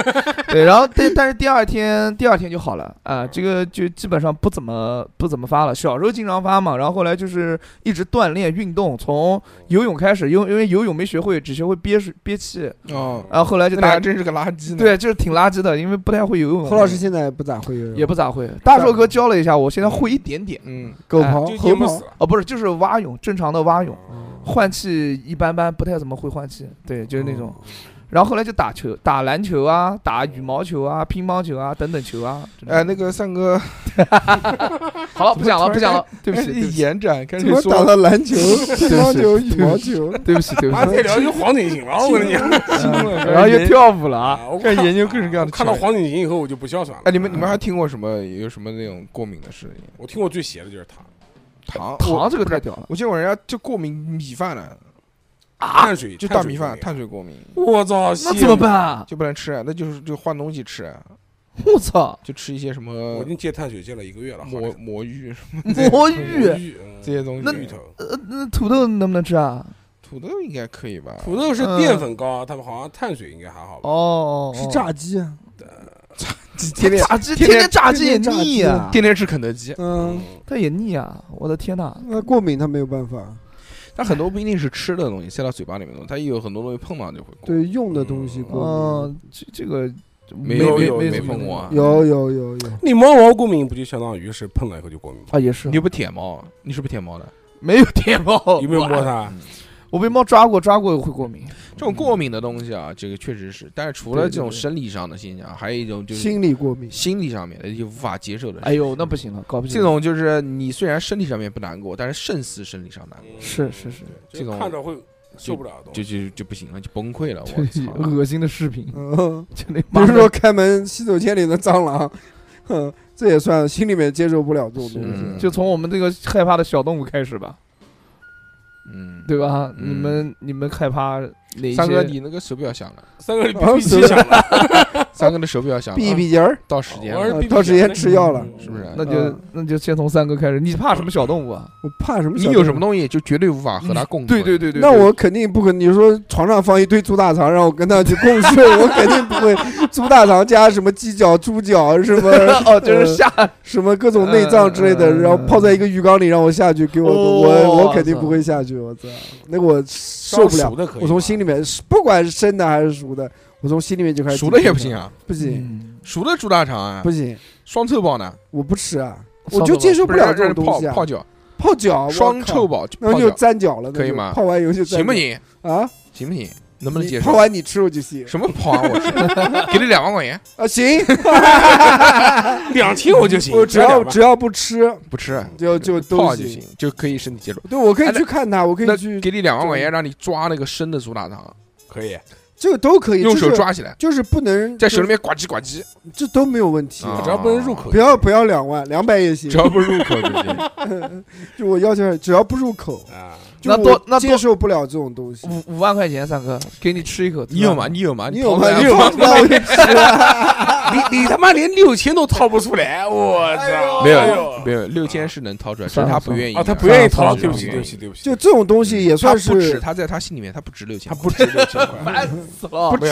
对，然后但但是第二天第二天就好了啊，这个就基本上不怎么不怎么发了。小时候经常发嘛，然后后来就是一直锻炼运动，从游泳开始，因为因为游泳没学会，只学会憋水憋气，
哦，
然后后来就
那俩
打
还真是个垃圾呢。，
对，就是挺垃圾的，因为不太会游泳。
何老师现在不咋会游泳，
也不咋会，大硕哥教了一下我，现在会一点点，蛹，
嗯，
狗
哎
刨、
就
猴
淹不死
刨，
了。
哦，不是，就是蛙泳，正常的蛙泳，
嗯
换气一般般，不太怎么会换气，对，就是那种。然后后来就打球，打篮球啊，打羽毛球啊，乒乓球啊，等等球啊。这种
哎，那个三哥，
好了，不讲 了，不讲了，对不起，对不起，
延展 开
怎
始
么打
说，
到篮球、乒乓球、羽毛球？
哎对不起，对不
妈
起。
再聊就黄景行了，我跟你 讲。
然后又跳舞了啊，
我
开始研究各种各样的
看到
球
黄景行以后，我就不哮喘了。
哎，你们你们还听过什么有什么那种过敏的事情？
我听过最邪的就是他，
糖
糖
我
这个太屌了。
我见过人家就过敏米饭了，
啊
碳水
就大米饭碳。水过敏
水过敏我操，
那
羡
怎么
慕
办？啊？
就不能吃，那就是就换东西吃，啊
我 操，
就吃一些什
我
呃
么
已经戒碳水戒了一个月了，好
魔魔芋
魔
芋
芋，
嗯
这些东
芋
西。
头。
呃，那土豆能不能吃啊？
土豆应该可以吧？
土豆是淀粉高，他们好像碳水应该还好吧？
哦，
是炸鸡啊？
天天
炸鸡，
天
天
天
天炸鸡也
天天炸
腻
鸡
啊，
天天吃肯德基，
嗯，
他也腻啊！我的天哪，
那过敏他没有办法，
它很多不一定是吃的东西塞到嘴巴里面的东西，它也有很多东西碰到就会过。
对用的东西过敏。
嗯，这这个
没
没
有
没
有
没
有
碰过啊？
有有有有，
你猫毛过敏不就相当于是碰了以后就过敏吗？
啊，也是
你又不舔猫，你是不是舔猫的？
没有舔猫，
有没有摸它？
我被猫抓过，抓过会过敏。
这种过敏的东西啊，这个确实是。但是除了
对对
这种
对
生理上的现象，还有一种就是
心理过敏。
心理上面的就无法接受的事。
哎呦，那不行了，搞不清
这种就是你虽然身体上面不难过，但是肾丝生理上难
嗯
过，
是 是是，
嗯就
这种
看着会受不了的东
就
西。
就就不行了，就崩溃了。我
这
操！
恶心的视频，
嗯，
就那
比如说开门洗手间里的蟑螂，哼，这也算心里面接受不了这种东
是
西。
嗯就从我们这个害怕的小动物开始吧，
嗯，
对吧？
嗯哎
你们你们害怕哪一些？
三哥，你那个手表响了，
三个人比
啊
比
是
心想了，
三哥的手表响
闭一
了，
闭眼儿，
到时间
我
了，
是比比
到时间
想了
吃药了
是不是？
那就
嗯
那就先从三哥开始。你怕什么小动物啊？
我怕什么？
你有什么？东西就绝对无法
嗯
和他共存。
对对对对，
那
对
我肯定不可能。你说床上放一堆猪大肠，让我跟他去共睡， 我肯定不会。猪大肠加什么鸡脚、猪脚，什么
哦，就是
呃
吓
什么各种内脏之类的，
嗯
然后泡在一个浴缸里让我下去，给我、
哦
我我肯定
操
不会下去，我操，那我受不了
熟。的可以吧，
我从心里面，不管是生的还是熟的，我从心里面就开始
熟的也不行，啊，
不行
嗯
熟的猪大肠啊
不，行，
双臭宝呢，
我不吃啊，
烧
我就
烤
接受
不
了
然让
这种
人
东
泡
西啊
泡，脚，
泡脚我
双
靠
臭宝就
然
泡
后就
脚，
沾脚了，那
可以
就
吗
泡完以后就沾
行不
脚
行？
啊？
行不行？能不能
你
接
泡
受？
完你吃我就行
什么泡啊！ 我吃，给你两万块钱，
啊？行，
两千我就行，
我只要只要不吃
不吃，
就就都
泡就行
行。，
就可以身体接受。
对，我可
哎
以
那
去看他，我可
那
以去，
给你两万块钱，让你抓那个生的猪大肠，
可以，
这个都可以，
用
就
手
是，
抓起来，
就是不能
在手里面呱唧呱唧，
面，这都没有问题。
啊
只要不能入口
不，要不要两万，两百也行
只。要不入口就行。
就我要求，只要不入口，
啊，
就
那
我
多那多
接受不了这种东西。
五五万块钱，三哥给你吃一口，
你有 吗？？你有
啊
吗？
你有
跑
吗？
来啊
你有
跑
吗？
去
那我就吃了。
你你他妈连六千都掏不出来，我操！
没
哎
有
呦
没有，六千是能掏出来，只
算
是
了
他不
算了
愿意
啊，他不
意，
愿意
算了
掏，对不
算
起，
了
对不起，对不起，
就这种东西也
他
算
不值，
是
他在他心里面他不值六千
他，不值六千块，
烦死了！
不值。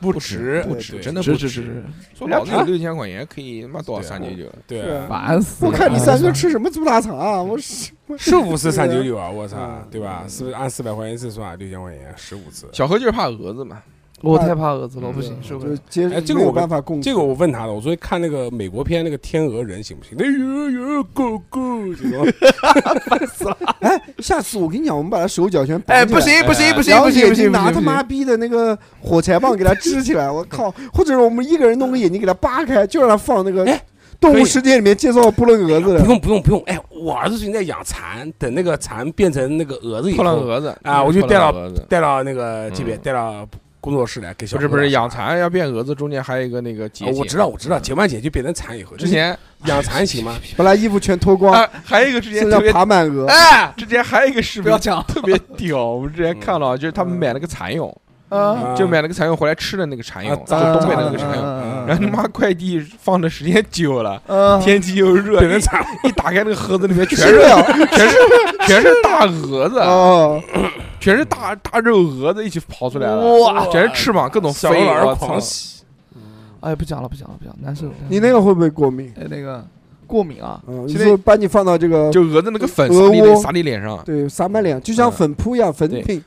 不
值
值，
不
对
真的
值
不
值值值，
说老子有
啊
六千块钱可以他妈多少三九九，
对
是
啊，
烦死了！
我看你三哥吃什么猪大肠啊？我是我
十五次三九九啊，我操
嗯，
对吧？是不是按四百块钱一次算，六千块钱十五次？
小何就是怕蛾子嘛，
我太怕蛾子了，我不行，
嗯
受不
就
了。
接
哎这个
没有
我们
办法共
这个我问他的，我昨天看那个美国片那个天鹅人行不行？哎呦呦，狗狗，这 种
下次我跟你讲，我们把他手脚全绑
哎，
起
不
来
行不行不行
然后
不行
眼
不行！
睛拿
不
他
行
妈！逼的那个火柴棒给他支起来，我靠！或者是我们一个人弄个眼睛给他扒开，就让他放那个《
哎
动
可以
物世界》里面介绍布伦蛾子
不
啊
的。
用不用不用，哎，我儿子最近在养蚕，等那个蚕变成那个蛾子以
破烂
后，
蛾子
啊我就
破烂
带到
蛾子。
带到那个这边，
嗯
带到工作室来给小
不是
朋
不
友
是，
养
养蚕要变蛾子，中间还有一个那个节
啊，我
俭
知道我知道，
嗯
减半减就变成蚕以后，
之前
养蚕行 吗？
把他衣服全脱光，
哎
啊，还有一个之前
身
特
上
别
爬满蛾。
哎， 之前还有一个视
不
频
要讲
特别屌，我们之前看到，就是他们买了个蚕蛹，
啊！
就买了个蚕蛹回来吃的那个蚕
嗯
蛹，
啊
就
咱
东北的那个蚕蛹，
嗯
然后他妈快递放的时间久了，
呃
嗯，
天气又热，
变成蚕，
一打开那个盒子里面全
吃
是
不了
全是全是啊大蛾子，
哦，
全是大大肉蛾子一起跑出来了，
哇
全是翅膀各种
小
飞，
老
我
儿
操
狂！喜，
哎，不讲了不讲了不讲了，难受。难受
你那个会不会过敏？
哎那个过敏啊，
嗯，
现
就
在
是把你放到这个
就蛾子那个粉
蛾
撒你
窝
撒你脸上，
对撒满脸，就像粉扑一样，粉
对
饼。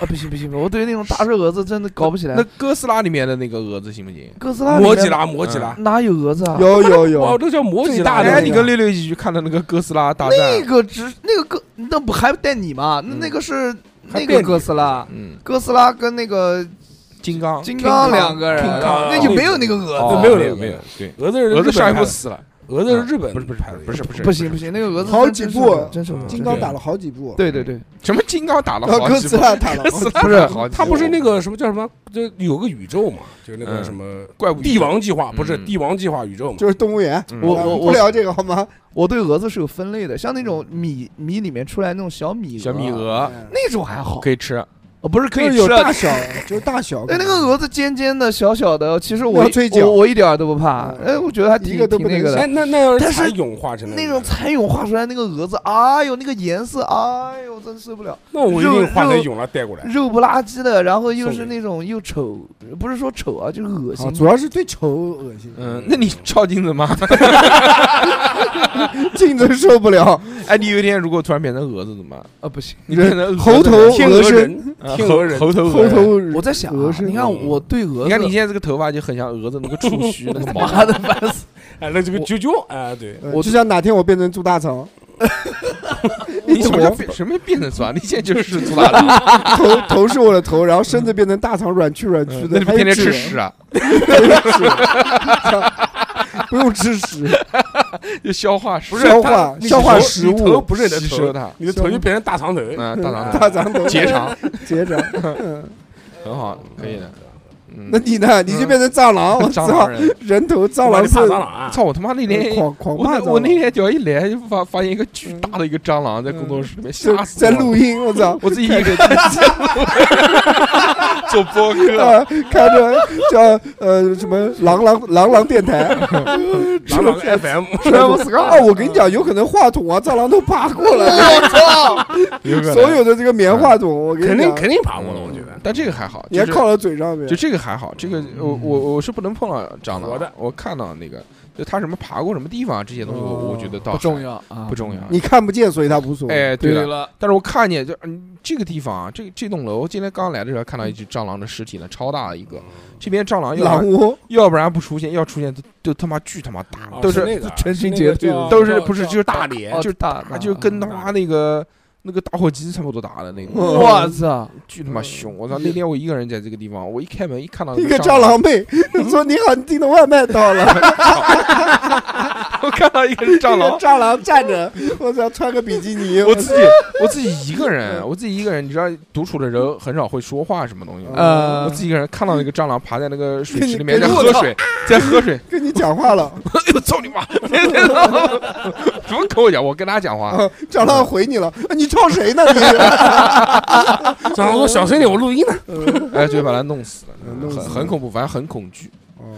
啊，不行不行，不行我对那种大热蛾子真的搞不起来
那。哥斯拉里面的那个蛾子行不行？
哥斯拉里
摩
面
吉拉，摩吉拉，
哪有蛾子啊？
有有
嗯
哦，
有，
那叫摩吉
最
拉
大的
的
哎，
那
那
你
个，
跟六六一起去看的那个哥斯拉大
那
战，
个只那个哥，那不还带你吗？
嗯
那那个是
还
那
带
个
你
哥斯拉，
嗯，
哥斯拉跟那个
金刚，
金刚两个人，啊
King Kong
那就没有那个蛾
哦
子。
没有
没
那
有
个
没有，啊对，
蛾子是
蛾
日
子
本
上一
拍
部
的
死了，
蛾子是日本，
嗯不是不是
拍的，
不是不是
不行不行，那个蛾子
好
真
几
真
部
受不了真受不了。
金
真
刚
受不了
打了好几部，
对对对，
什么金刚打了
然后
好
啊哥
几
斯
部，
拉打了
哥
好
斯
几部，
拉
不是
打了好几部，
它不是那个什么叫什么，就有个宇宙嘛，就是那个
嗯
什么
怪物
帝王计划，不是
嗯
帝王计划宇宙嘛，
就是动物园。
嗯
我
哎
我
不聊这个好吗？
我对蛾子是有分类的，像那种米米里面出来那种小米
小米
蛾，
蛾
那种还好
可，以吃，
哦不是可以
就是
吃
有
啊。
大小，就是大小。
哎，那个蛾子尖尖的、小小的，其实我
要吹角
我我一点儿都不怕。
嗯
哎，我觉得还挺
一个都
挺
不
那
能
个的
哎，。那那要是
但是
蚕蛹化成
那种蚕蛹画出来那个蛾子，哎呦，那个颜色，哎呦，真受不了，
那我一定化成
肉
蛹了带过来。
肉不拉几的，然后又
送
是
给
那种又丑，不是说丑啊，就是恶
啊，
心。
主要是对丑恶心，
嗯，那你照镜子吗？
镜子受不了，
哎，你有一天如果突然变成蛾子怎么办？
啊，不行，
你变成
猴头
天
鹅
鹅
身，
人，
呃
天
猴
鹅人，
猴头
猴
蛾。
头，
我在想
鹅
啊，
身
你看我对蛾子，
你看你现在这个头发就很像蛾子那个触须那个毛，
妈的烦死，
哎，那这个
我
啾啾，哎，对，
呃
我
就像哪天我变成猪大肠，
你什么时候
头
变什么时候变成猪啊？你现在就是猪了，嗯
头头是我的头，然后身子变成大肠软去软去
嗯那
的，
你不
还有
天天
指
吃
纹
屎啊？
还有指纹不用吃屎，
就消化食
不
物，
是
消
它
化
你
消化
头
食
你头
物，
不是你的
吸
头
收它，
你的头就变成大长头，
嗯，大 肠
大肠头
结肠
结肠。嗯
很好，可以的。嗯
那你呢？你就变成蟑螂，我
蟑螂
操，
人，
人头蟑
把
螂
你
是
怕蟑螂啊！
操我他妈那天
嗯狂狂
我
骂
那
蟑螂
我那天屌一来就发发现一个巨大的一个蟑螂在工作室里面，
就
吓死
在
我了
录音，我操，
我自己一个人在做播 客，
啊，开着叫呃什么狼狼狼狼电台，
蟑螂 FM，
啊，我跟你讲，有可能话筒啊，蟑螂都爬过来，
我操！
所有的这个棉话筒，我跟
肯
你
定
讲，
肯定爬过了，我觉得。
但这个还好，
你
就
还
是
靠到嘴上面
就，这个还好，这个我我我是不能碰到蟑
活
螂
的，
我看到那个就它什么爬过什么地方啊这些东西，我
哦
我觉得倒
不重
还
要啊，
不重要。
你看不见，所以它无所谓。
哎，
对
了，
了，
但是我看见就嗯这个地方啊，这这栋楼，今天刚来的时候看到一只蟑螂的尸体呢，超大的一个。这边蟑螂要
狼窝
要不然不出现，要出现都都他妈巨他妈大，
哦
都
那个
陈
是
俊
那
杰
个
对
叫
的
都是
叫
不是
叫
就是
大
大
连
哦
就
大
啊，就跟他妈那个那个打火机差不多大的那个，
嗯
我操！
巨他妈凶！我操！那天我一个人在这个地方，我一开门一看到
一个
蟑
蟑螂，妹 说：“你好，你订的外卖 到了。
我看到一个”蟑
一个
螂，
蟑螂站着，我操，穿个比基尼，
我
我
自己我自己一个人，我自己一个人，你知道独处的时候很少会说话什么东西吗。
呃
我自己一个人看到那个蟑螂爬在那个水池里面
给
在
你
喝水，在喝水，
跟你讲话了，
哎 呦操你 妈！怎么跟我讲？我跟他讲 话，
啊蟑螂回你了，
嗯
啊你抄 谁呢？你
蟑螂说小声点，我录音呢。
哎，就把他弄死了，
嗯弄死
很
了
很恐怖，反正很恐惧。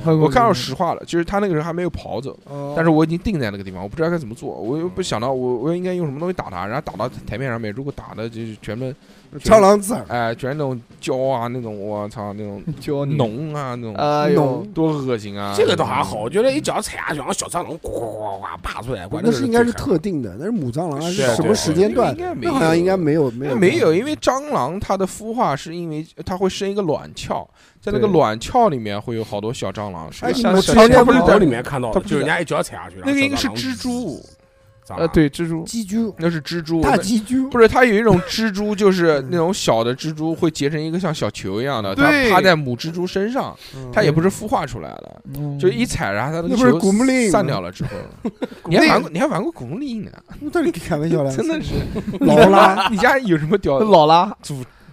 哦
我看到实话了，就是他那个人还没有跑走，
哦
但是我已经定在那个地方，我不知道该怎么做，我又不想到我我应该用什么东西打他，然后打到台面上面，如果打的就是全部
蟑，螂籽儿，
哎，全是那种胶啊，那种我操那 种
教你，
脓啊那
呃
种，
哎呦
脓，
多恶心啊！
这个倒还好，我觉得一脚踩下去，然后小蟑螂呱呱呱呱爬出来，
那是应该
最
是特定的，那是母蟑螂还是
是啊
什
对
么
啊
时间段
应？该没
那
有，哎
好像应该没有没有
没有，因为蟑螂它的孵化是因为它会生一个卵鞘，在那个
对
卵鞘里面会有好多小蟑螂，是吧
哎，你
像
们
小
之
它
前
不
不
是
是
在
在
里面看到的，
它不是
就是人家一脚踩下去，然后
那个应该
小
是
蟑螂
蜘蛛，
蟑
呃，
螂，
对，蜘蛛，
鸡蛛、
那是蜘蛛，
大
那
鸡 蛛，
不是，它有一种蜘蛛，就是那种小的蜘蛛会结成一个像小球一样的，它
对
趴在母蜘蛛身上，它也
嗯
不是孵化出来的，
嗯
就一踩，然后它那个
那不是
球
古墓丽影
散
吗
掉了 之后，你还玩过你还玩过古墓丽影呢？
我到底开玩笑了？
真的是啊
劳 拉，
你家有什么 屌
老拉，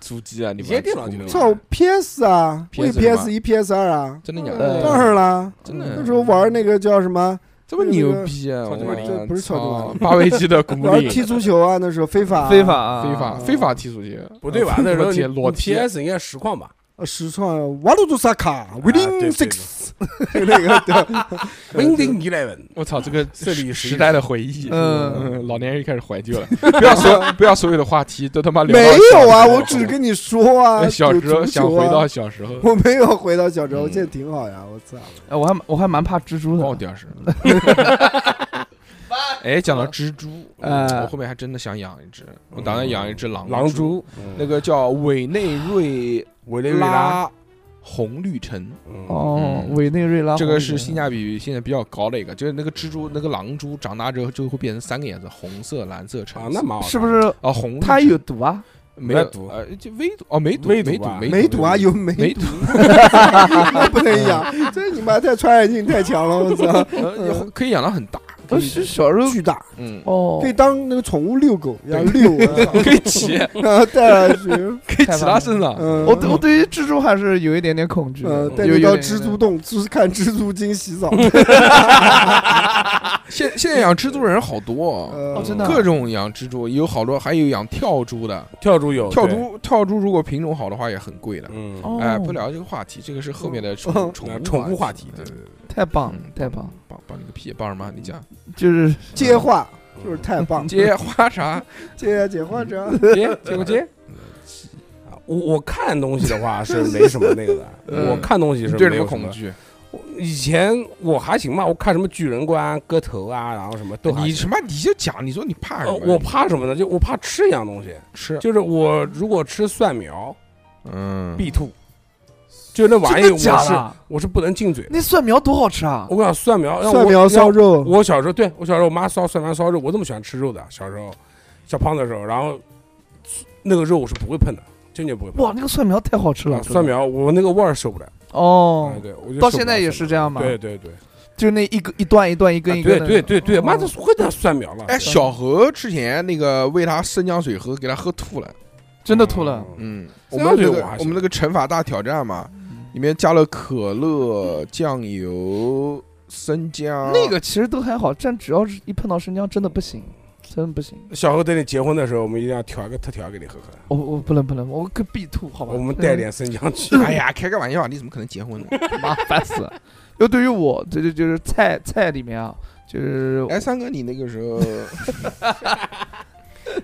主机啊？你
你接
玩
电脑就
古墓丽影
操 PS 啊，我
PS
有
是嗯吧
PS 一、PS 二啊，
真的假
呃
的？
当然啦，
真
那
的
时候玩那个叫什么，
这么牛逼啊！
草地
我
玩意
这不是草地玩
操
意
八位机的古墓
然后
丽
踢
影，
足球啊，那时候非法
非法啊，
非法
啊
非法踢出去，
不对 吧？那时候
裸
你
体裸
你
踢
PS 应该实况吧
呃实创瓦鲁杜萨
啊
卡
对
Winning
对
Six 那个对
？Winning Eleven，
我操，这 个
这里是
时代的回忆，
嗯
嗯，老年人又开始怀旧 了。不要说不要所有的话题都他妈聊到
没有啊，
小时候
我只跟你说啊，
小时候
有足
想
球
回
啊
到小时候，
我没有回到小时候，
嗯
现在
呃
挺好呀，我操，
哦
哎，我还蛮我还蛮怕蜘蛛
哦，
的，
屌是，哎，讲到蜘 蛛，
呃
我后面还真的想养一只，我打算养一只嗯狼
狼
蛛，
蛛、
那个叫委内瑞
委内瑞拉，
拉红绿橙，
嗯
哦，
嗯
委内瑞拉红绿
这
橙，
个是性价比现在比较高的一个，就是那个蜘蛛，那个狼蛛长大之后就会变成三个颜色：红色、蓝色、橙
啊
色。，
那蛮好看的，
是不是
啊，红
它
绿
有毒啊？
橙没有
没毒
呃，就微毒哦，没毒，
微
没
毒
毒，
吧
梅
没
毒啊，有梅
没毒。
毒 不能养，这你妈太传染性太强了，我操，
呃可以养到很大，可
我
以
是小时候
巨大，
嗯，
哦
可，以当那个宠物遛狗，然后遛，我操
可以骑，
然后带上去，
可以骑它身上。
嗯，
我对我对于蜘蛛还是有一点点恐惧的
哦
呃，，带
有
你
有
到
点
蜘蛛洞，就是看蜘蛛精洗澡，
现现在养蜘蛛人好多哦，
呃
哦，真的啊
各种养蜘蛛，有好多，还有养跳蛛的。
跳蛛有
跳，
哦对
蛛跳蛛如果品种好的话也很贵的。
嗯，
哦，
哎，不聊这个话题，这个是后面的宠
哦
宠物
宠物话题
对对对，
太棒了
嗯，
太棒了，，
棒棒你个屁，棒什么？你讲
嗯
就是
接话就是太棒，
接花啥？
接接话这样，
接接不接？啊我我看东西的话是没什么那 个的，
嗯
我看东西是
你对
没
什
有
么
什么
恐。惧？
我以前我还行吧，我看什么巨人观、割头啊，然后什么都还
你
行。
什么？你就讲，你说你怕什
呃
么？
我怕什么呢？就我怕吃一样东西，
吃，
就是我如果吃蒜苗
嗯，
必吐，就那 玩意
真
儿我
的啊假
是
的？
我是不能进嘴的。
那蒜苗多好吃啊！
我跟你讲，蒜苗让
蒜
我
苗烧
让
肉，
我小时候，对我小时候，我妈烧蒜苗烧肉，我这么喜欢吃肉的，小时候小胖的时候，然后那个肉我是不会碰的，坚决不会碰。
哇，那个蒜苗太好吃
啊
了，
蒜苗我那个味儿受不了。
哦
哎，对，我就受
到
不
现
了
在也
蒜
是这样
苗
嘛，
对对对，
就那一个一段一段一根一
啊
根
对对
的，
对对，妈的，
哦
会的蒜苗了。
哎，小何之前那个喂他生姜水喝，给他喝吐了。
真的吐了，
嗯
嗯，我
生姜
们
水
那
我
个
还
我嗯
行
们那个惩罚大挑战嘛，里面加了可乐、酱油、生
啊
姜，
那 个其实都还好，但只要是一碰到生姜，真的不行，真的不行，
小何等你结婚的时候，我们一定要调一个特调给你喝喝，
我我不能不能，我可必吐，好吧？
我们 带点生姜去。
哎呀，开个玩笑，你怎么可能结婚呢？
嗯，妈烦死了。就对于我，这就就是菜菜里面啊，就是
哎，三哥，你那个时 候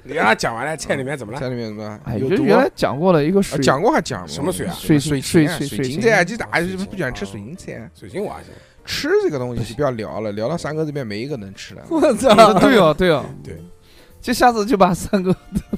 你让他讲完了，菜里面怎么了？
在里面怎么样
哎，
有
就
毒
原
啊？
来讲过了一个
啊
水，
讲过还讲过
什么水啊
水
水
芹啊
水水
水芹
水
菜啊，
芹
就大家
水芹
不喜欢吃
啊
水芹菜啊，
水晶我还行，
吃这个东西就不要聊了，聊到三哥这边没一个能吃的。
我
啊
操，
对哦 对哦
对，
就下次就把三个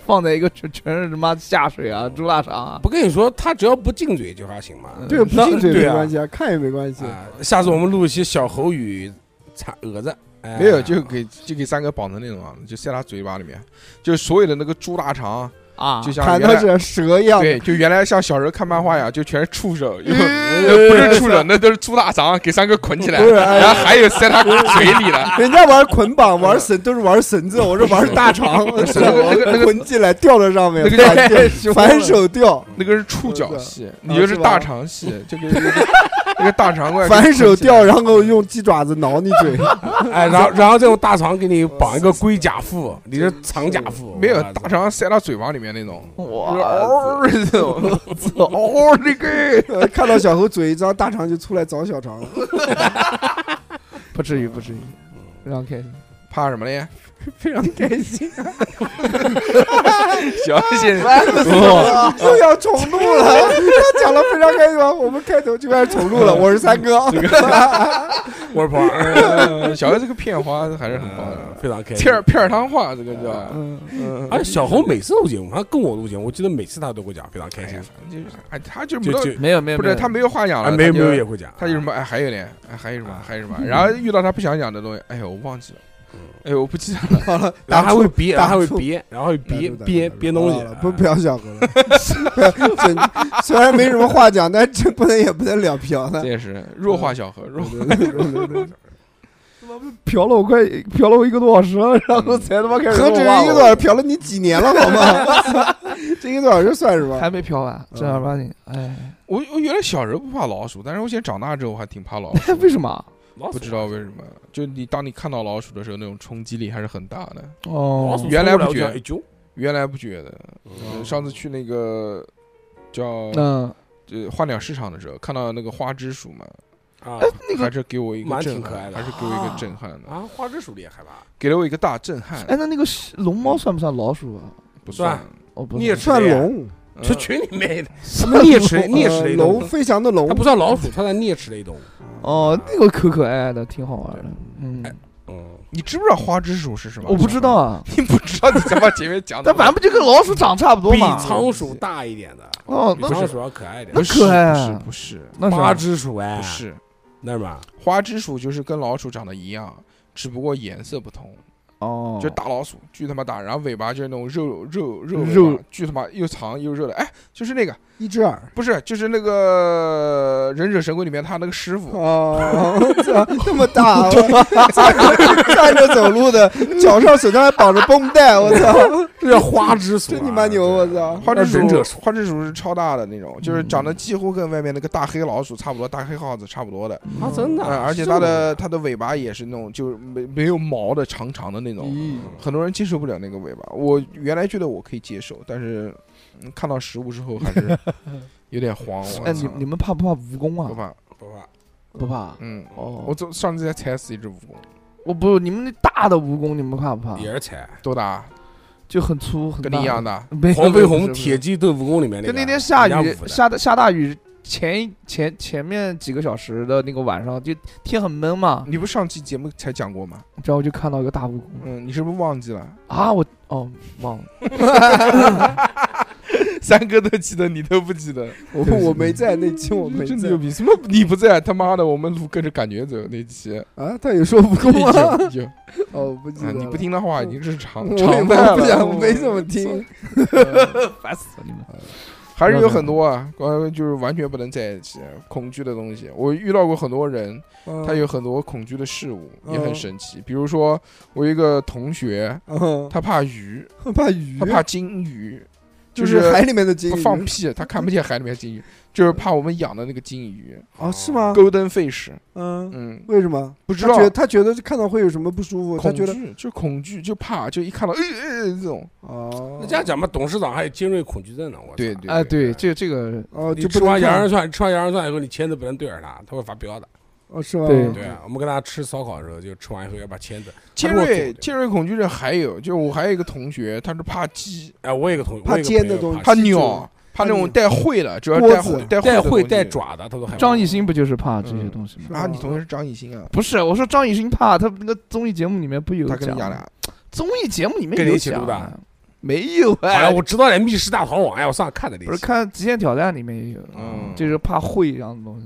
放在一个全全是他妈下水啊、猪腊肠啊，
不跟你说，他只要不进嘴就还行嘛。
对，不进嘴
对
没
啊
关系啊，看也没关系，
啊，下次我们录一期小猴与蚕蛾子。哎
没有，就给就给三哥绑成那种啊，就塞他嘴巴里面，就所有的那个猪大肠，
啊，
就像
砍
原
到
来
是蛇一样，
对，就原来像小时候看漫画一样，就全是触手，因为
呃
不是触手，那都是猪大肠，给三哥捆起来，
不是哎
然后还有塞他嘴里的，
人家玩捆绑、玩绳都是玩绳子，我是玩大肠，我操
那个那个那个
捆起来吊在上面，
那个叫
反
凶了
反手吊，
那个是触角
嗯
系，你就是大肠系，这个那个大肠怪给捆起来，
哦反手吊，然后用鸡爪子挠你嘴，
哎，然 后然后再用大肠给你绑一个龟甲腹，你是长甲腹，
没有
我操
大肠塞他嘴巴里面那种，
哇，
哦，这种哦，这个
呃看到小猴嘴一张，大肠就出来找小肠了。
不至于不至于，非常开心。
怕什么嘞？
非常开心，
小心，
又要重录了。他讲了非常开心啊，我们开头就开始重录了。我是三哥，
我是胖， 嗯
小何这个片花还是很棒
嗯
的，
非常开心。
片儿片儿汤话，这个叫。
嗯，
而且小猴每次录节目，他跟我录节目，我记得每次他都会讲，非常开
哎
心
呀。，反正就是，哎，他就没
就
有，
就
没有没有，
不
没
是
有
他没有话讲
啊，
了，
没有没
他就
有也啊嗯会讲，
他有什么？哎，还有点，哎，还有什么？还有什么？然后遇到他不想讲的东西，哎呦，我忘记了，哎呦，我不记得了。
好了，
然后还会憋，然
打
后还会
住
憋，然后
哎
会憋
打住打住
憋
打住
憋东
好了
西，哎
不不要小猴了。整虽然没什么话讲，但这不能也不能聊飘
这
了。
也是弱
嗯
化小何，弱化
嫖了我快嫖了我一个多小时了，然后才他妈开始
何
说
止
话
一个多小时，嫖了你几年了，好吗？这一个多小时算什么
还？没嫖完，正儿八经，哎，
我我原来小时候不怕老鼠，但是我现在长大之后我还挺怕老鼠，
为什么？
老
不
鼠
知道为什么。就你当你看到老鼠的时候，那种冲击力还是很大的。
老
哦
鼠
原来不
出
觉
来我就一揪，
原来不觉得，呃上次去那个叫
嗯，
呃花鸟市场的时候，看到那个花枝鼠嘛，
哎
啊
还是给我一个
蛮挺
震
可爱
撼，
的
还是给我一个震撼的，
啊，花枝鼠厉害吧？
给了我一个大震撼
哎，。那那个是龙猫算不算老鼠啊？
不
算
算，
哦，不
啮
算，
齿
算
类啊，
龙，
嗯
就群里面的，
什
么啮齿啮齿
呃
类动物
龙，飞翔的龙
它。不算老鼠，它算啮齿类动物。
哦，那个可可爱爱的，挺好玩的。嗯
哎，嗯，
你知不知道花枝鼠是什么？
我不知道，啊，
你不 知道你他妈前面讲
但
的，
反正不就跟老鼠长差不多
比
嘛。
仓鼠大一点的，
哦，
比
那
仓鼠要可爱一点
那。
不是
可爱啊
不是
那
八
啥，
只鼠哎，
不是不是，
那什 么？
花枝鼠就是跟老鼠长得一样，只不过颜色不同，
哦，
就大老鼠巨他妈大，然后尾巴就是那种肉肉肉尾
肉
巴巨他妈又长又热的，哎，就是那个
一只耳。
不是就是那个忍者神龟里面他那个师傅，
哦，操那么大，我站着站着走路的，脚上手上还绑着绷带，我操！
这叫花枝鼠啊，
真你妈牛我操
花枝
那忍者
鼠
鼠
花枝鼠是超大的那种，就是长得几乎跟外面那个大黑老鼠差不多，大黑耗子差不多的，
啊，真的
呃，而且它的它的尾巴也是那种就是没没有毛的长长的那种，
咦，
很多人接受不了那个尾巴。我原来觉得我可以接受，但是、嗯看到实物之后还是 有点慌。我
哎，你
操
你们怕不怕蜈蚣
不
啊？
怕？
不怕，
不怕。
嗯，
哦，
我昨上次才踩死一只蜈蚣，
我不，你们那大的蜈蚣你们怕不怕？
也是踩。
多大？
就很粗很大。
跟你一样大。
没有。
黄
没
飞
有
鸿
不是
铁骑斗蜈蚣里面那个，
就那天下
人
雨
家舞的
下的下大雨前一前前面几个小时的那个晚上，就天很闷嘛，
你不是上期节目才讲过吗？
然后我就看到一个大蜈蚣
嗯，你是不是忘记了？
啊，我哦忘了，
三哥都记得，你都不记得，
我
对不起
我没在那期，我没
真
在
牛逼！什么你不在？他妈的，我们路跟着感觉走那 期，
啊！他也说不够
有
啊，
有，
哦，我不记得
嗯你
了
不，听的话已经是常
我也
常
不
态
不
了。
想， 我没怎么听。
烦死你们！
还是有很多啊，关于就是完全不能在一起，恐惧的东西。我遇到过很多人，他
他
有很多恐惧的事物，
嗯
也很神奇。比如说，我有一个同学，
他
他怕鱼，
怕嗯鱼，
他怕金鱼，
就是海里面的金
不
鱼
放屁，他看不见海里面金鱼，就是怕我们养的那个金鱼
啊？是吗？
golden fish。
嗯，
嗯，
为什么？
不知
他
道
觉得他觉得看到会有什么不舒服？他
恐
觉得
惧就恐惧就怕，就一看到哎哎哎这种，
哦，
嗯那这样讲吧，董事长还有尖锐恐惧症呢。我操
对对
哎，对，这这个
哦，
你
就不
吃
能
完羊
看
肉串，吃完羊肉串以后，你签子不能对着它，它会发飙的。
哦，是吗？
对
对啊，我们跟他吃烧烤的时候，就吃完以后要把签子。
尖
他如果
锐
走的
尖锐恐惧症还有，就是我还有一个同学，他是怕鸡，
哎，我有个同
怕尖的东西
怕
他
鸟，怕那种带喙的，主要带
锅子
喙带
带
喙
会
的
带
东西
爪的，他都害怕。
张艺兴不就是怕这些东西
是
吗？
吧
啊！你同学是张艺兴啊，
不是，我说张艺兴怕他那个综艺节目里面不有
他跟你讲
讲吗
俩，
综艺节目里面
跟你
有
一起录
讲
的
啊，没有
哎呀，
哎，
我知道了，密室大逃亡哎，我上次看的那
不是
期
看《极限挑战》里面也有，啊
嗯
就是怕会这样的东西，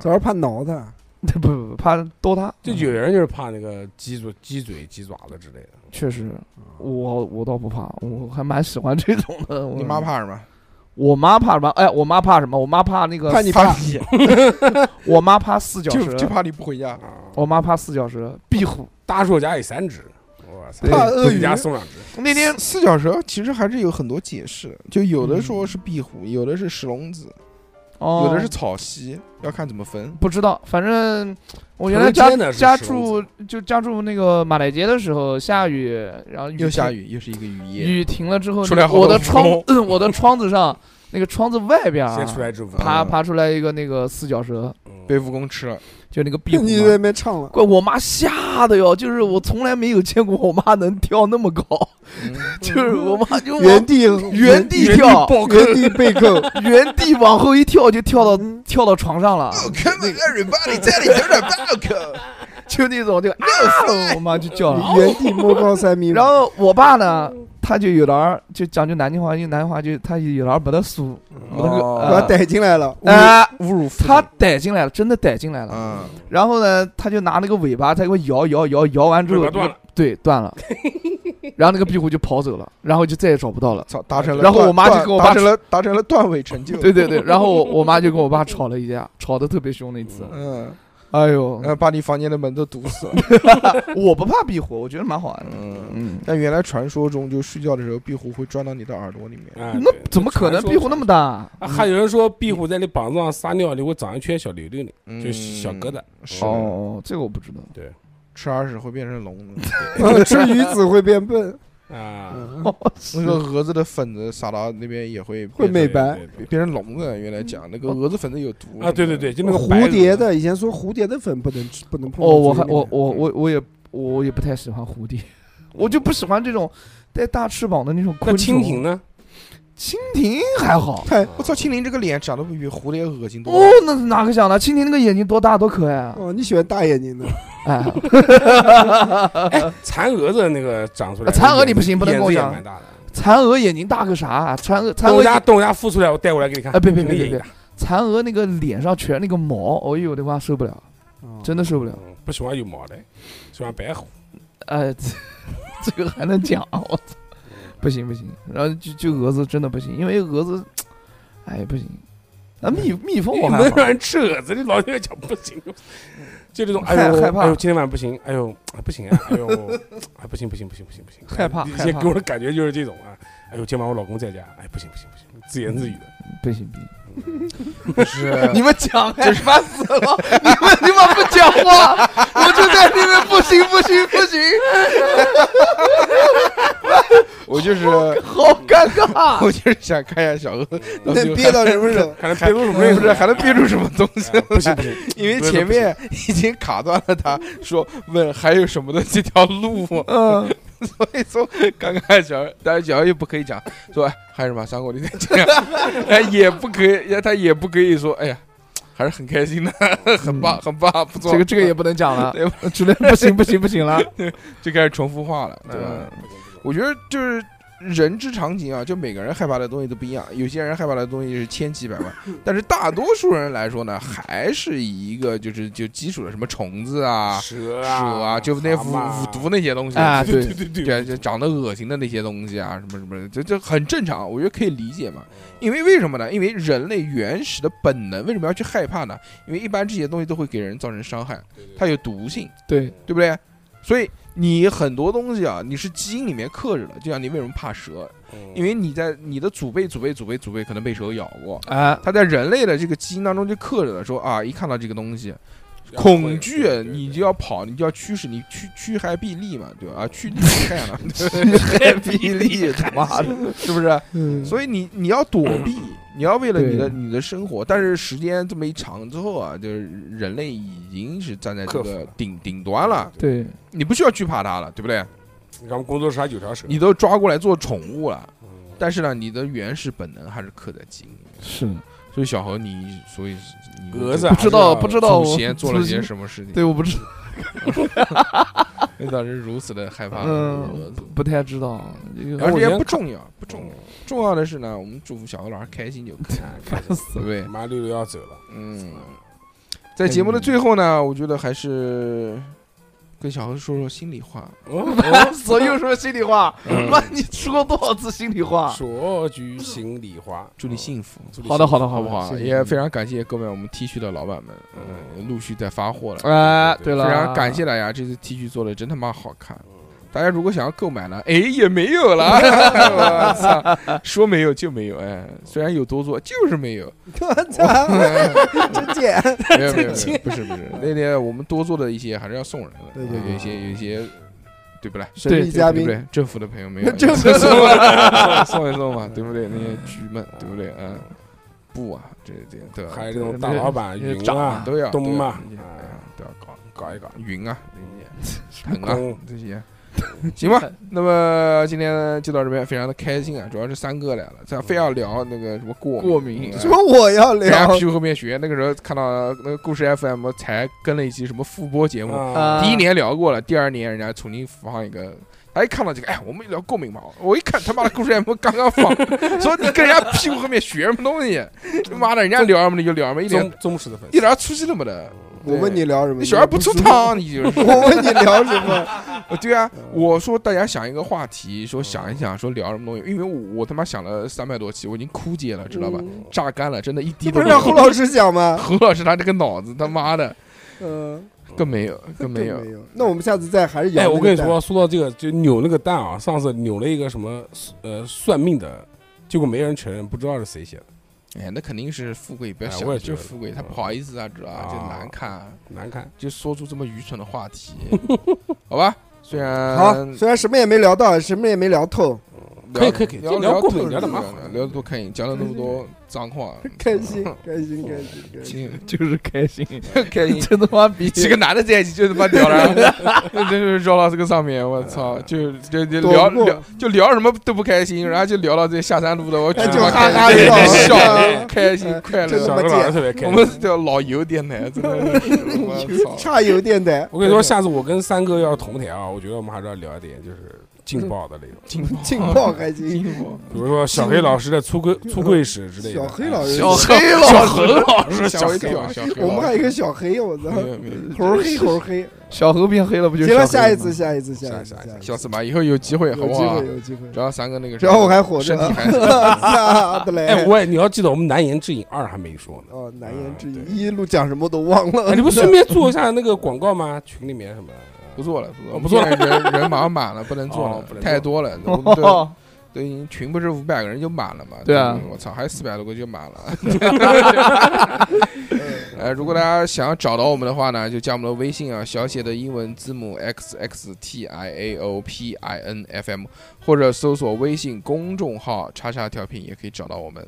主要是怕挠他。
不不不，怕多嗯他，
就有人就是怕那个鸡嘴、鸡嘴、鸡爪子之类的。
确实，我我倒不怕，我还蛮喜欢这种的。我
你妈？怕什么？
我妈怕什么？哎，我妈怕什么？我妈怕那个，
怕你怕
屁，
我妈怕四脚
就就
蛇，
怕你不回家。
我妈怕四脚蛇、壁虎。
啊大叔家有三只，我操！
怕鳄
你
鱼
家送两只，
那天
四脚蛇其实还是有很多解释，就有的说是壁虎，有的是石龙子，
嗯哦，
有的是草溪，要看怎么分。
不知道，反正我原来
头
家
尖的是
家
石头
住就家住那个马来街的时候，下雨，然后雨
又下
雨，
雨，又是一个雨夜，
雨停了之后，
出来好多
我的
蜈
窗
蚣，
我的窗子上那个窗子外边啊
先出来只蜈蚣。
爬
嗯
爬出来一个那个四脚蛇，
嗯
被蜈蚣吃 了。
就那个壁虎嘛。
你在那边唱了，
怪我妈吓的哟，就是我从来没有见过我妈能跳那么高，
嗯
就是我妈就往
原地
原地
原地
跳，
爆
原 地被扣，
原地往后一跳就跳到跳到床上了，
Come on, everybody，这里有点 bug。
就那种就啊，我妈就叫了。
原地摸高三米五。
然后我爸呢，他就有点儿就讲句难听话，用南京话就他有点儿没得输，没得个
把他
呃
逮进来了，
哎，
哦嗯侮辱父
他
母
逮进来了，真的逮进来了。
嗯，
然后呢，他就拿那个尾巴，他给我摇摇摇摇完之
尾巴，
后
断了，
对，断了。然后那个壁虎就跑走了，然后就再也找不到 了。
操，达成了断。
然后我妈就
断
跟我爸
达成了达成了断尾成就。
对对对，然后我我妈就跟我爸吵了一架，吵得特别凶那次。
嗯，
哎呦，
然后把你房间的门都堵 死了。
我不怕壁虎，我觉得蛮好玩的。
嗯。
嗯，
但原来传说中，就睡觉的时候，壁虎会钻到你的耳朵里面。
哎
那
对
怎么可能
传说
壁虎那么大？
啊还有人说壁虎在你膀子上撒尿，你会长一圈小瘤瘤呢，
嗯
就是小疙瘩。
是
哦，这个我不知道。
吃耳屎会变成聋子，
吃鱼子会变笨，
啊，
嗯
那个蛾子的粉子撒到那边也会
会
变
美
对
白。
对对
变成嗯聋子。啊原来讲那个蛾子粉子有毒
啊，对对对，，就那个白
蝴
的
蝶的，以前说蝴蝶的粉不能吃，不能碰。
哦，我还我我我我也我也不太喜欢蝴蝶，我就不喜欢这种带大翅膀的那种
那
昆虫。
蜻蜓，呢？
蜻蜓还好。
太
我操，蜻蜓这个脸长得比比蝴蝶恶心多
哦
了。，
那哪个讲的？蜻蜓那个眼睛多大，多可爱啊！
哦，你喜欢大眼睛的，
哎，
蚕蛾子那个长出来，
蚕啊蛾你不行不能跟我
眼
讲
睛也蛮大的。
蚕蛾眼睛大个啥？啊蚕蛾蚕
等
蛾
我家等我家孵出来，我带过来给你看。
哎，别别
那个
别
眼
别
睛
别，蚕蛾那个脸上全那个毛，哎呦我的妈，受不了，真的受不了。
嗯不喜欢有毛的，喜欢白虎。
呃， 这这个还能讲 啊？我操，不行不行，然后就就蛾子真的不行，因为蛾子，哎不行，啊蜜蜜蜂我
你
还
不能
好嗯
让人吃蛾子，你老跟人讲不行，就这种哎
害
呦
害怕
哎呦，今天晚上不行，哎呦哎不行啊，哎呦哎不行不行不行不行不行，
害怕
你
害
先
怕
给我的感觉就是这种啊，哎呦今晚我老公在家，哎不行不行不行，自言自语的。
不行不行，
是
你们 讲哎，烦死了！你们你们不讲话，我就在里面不行不行不行，
我就是
好尴尬。
我就是想看一下小何到底
能憋到什么时候？
看来憋出什么
不
人
是还能憋出什么东西
哎不 行不行，
啊
因为前面已经卡断了他，说问还有什么的这条路，啊
嗯，
所以说刚刚小孩，但是小孩又不可以讲说哎还有什么三国你再见， 哎也不可以，他也不可以说哎呀，还是很开心的，很棒很棒，不错，
这个这个也不能讲了
对，
只能不行不行不行 了。
就开始重复话了，对吧
嗯？
我觉得就是人之常情啊，就每个人害怕的东西都不一样，有些人害怕的东西是千奇百怪，但是大多数人来说呢，还是以一个就是就基础的什么虫子啊、
蛇
蛇
啊
啊，就那
蛤
五
蟆
五毒那些东西
啊
对
对
对对
对，就长得恶心的那些东西啊，什么什么的，这这很正常，我觉得可以理解嘛。因为为什么呢？因为人类原始的本能为什么要去害怕呢？因为一般这些东西都会给人造成伤害，它有毒性，
对，
对不对？所以你很多东西啊，你是基因里面刻着的。就像你为什么怕蛇，
嗯
因为你在你的祖辈、祖辈、祖辈、祖辈可能被蛇咬过，
啊，
它在人类的这个基因当中就刻着的，说啊，一看到这个东西，恐惧，
啊
你就要跑，你就要驱使你驱驱害避利嘛，对吧？啊，驱利太阳了，
Happy 力，他妈的，
是不是？
嗯
所以你你要躲避，你要为了你的
对
你的生活，但是时间这么一长之后啊，就是人类已经是站在这
克服
个
了
顶顶端了，
对，
你不需要惧怕它了，对不对？
你看我们工作室还有条蛇，
你都抓过来做宠物了，
嗯
但是呢，你的原始本能还是刻在基因里面。
是
所以小何，你所以你
蛾子啊
不知道
还是要
不知道
祖
我
先做了些什么事情，
对，我不知
那当时如此的害怕蛾
嗯
子。
不太知道，这
而
个
我
这也
先
不
看
重要，不重要。重要的是呢，我们祝福小何老师开心就可以 了，
看
对不对？
妈六六要走了，
嗯，在节目的最后呢，我觉得还是跟小何说说心里话。
哦
所以又说心里话，
嗯
妈，你说多少次心里话？
说句心里话，哦
祝你幸福，
福
好的，好的，好
好
的
不好？
嗯谢谢
也非常感谢各位我们 T 恤的老板们，嗯，陆续在发啊货了。
哎，对
对
了，
非常感谢大家，这次 T 恤做的真他妈好看。大家如果想要购买呢，哎，也没有 了，我操，说没有就没有，哎，虽然有多做，就是没有，
我 操，真贱！
没有没有，没有不是不是，那天我们多做的一些还是要送人的，
对对
有一些有一些，对不对？
神秘嘉
对
宾
不，对？政府的朋友没有，
政府
送送送一送嘛，对不对？那些局们，对不对？嗯，不啊，这这对吧？
还有这种大老板
对
云
长
啊
啊，
都要
东
嘛
嘛，哎
哎呀都要搞
搞一搞，
云啊，云啊，
工
这些。行吧，那么今天就到这边，非常的开心啊！主要是三哥来了，这非要聊那个什么过
过敏
嗯
什么我要
人家
聊？
屁股后面学，那个时候看到那个故事 FM 才跟了一期什么复播节目，
啊，
啊，
第一年聊过了，第二年人家重新放一个。他一看到这个，哎，我们聊过敏嘛，我一看他妈的故事 FM 刚刚放， 说你跟人家屁股后面学什么东西？他妈的，人家聊什么你就聊什么，呃一
忠
点
忠实的粉
一
丝，
点出息都没得。
我问你聊什么？
你小孩不出
舒服。
汤，你就是。
我问你聊什么？
呃对 啊，
嗯
我说大家想一个话题，说想一想，说聊什么东西，因为我我他妈想了三百多期，我已经枯竭了，知道吧？榨干了，真的一滴
你
都
嗯不是
没有。
让侯 老师讲吗？
侯老师他这个脑子他妈的
嗯，
更没有，更没有
没。有。那我们下次再还是
哎，
聊。
我跟你说，，说到这个，就扭那个蛋啊，上次扭了一个什么呃算命的，结果没人承认，不知道是谁写的，
哎，那肯定是富贵，不要
哎
想，
我也觉
就
得
是富贵，他不好意思啊，知道吧？就
啊
难看啊，
难看。
就说出这么愚蠢的话 题，好吧？虽然嗯
好，虽然什么也没聊到，什么也没聊透，
可以可以可以
聊
聊
聊
过敏
特
聊得
日
蛮
啊
好的
聊得多开心，讲了那么多 脏话，
开心开心开心开心，
亲
就是开 心，
开 心。
真他妈逼！
几个男的在一起就他妈聊 了，那就是绕到这个上面，我
哎
操，就就就聊
躲不过
聊，就聊什么都不开心，然后就聊到这下山路了，我去
哎
那就
他妈
哈哈
开心
笑
笑，开心快
真他
小
妈
乐。
周老师特别开
我
心。
们叫老油电台，真的是， 我操，
差油电台，
我跟你说，下次我跟三哥要是同台啊，我觉得我们还是要聊一点就是劲爆的那种，
劲爆
劲爆开 心，
劲爆。
比如说小黑老师的出柜出柜史之类的。
小黑老师，
哦黑老
小何老师，
小
黑
黑老师，
我们还有一个小黑，我操，
没有没有，
猴儿黑猴儿黑，
小猴变黑了，不就
行
是
了，
小
下
黑
一
吗
次下一次下一
下
次
一次
下一次
下，次吧，以后有机会好
有
不
机
好啊
会？有机会，
只要三哥那个，
只要我还活
身
着
体
啊，
还是
下得
哎，
嘞。
我也你要记得，我们难言之隐二还没说呢。
哦，难言之
啊
隐，一路讲什么都忘了。
哎，你不顺便做一下那个广告吗？群里面什么的？
不做了， 不做了，
哦不做了
现在人人马上满了，不能做
哦不
了，
能做
太多了，我们都
哦，
都已经群不是五百个人就满了嘛？
对啊
我操，还有四百多个就满了。呃，如果大家想要找到我们的话呢，就加我们的微信啊，小写的英文字母 x x t i a o p i n f m，或者搜索微信公众号“叉叉调频”也可以找到我们。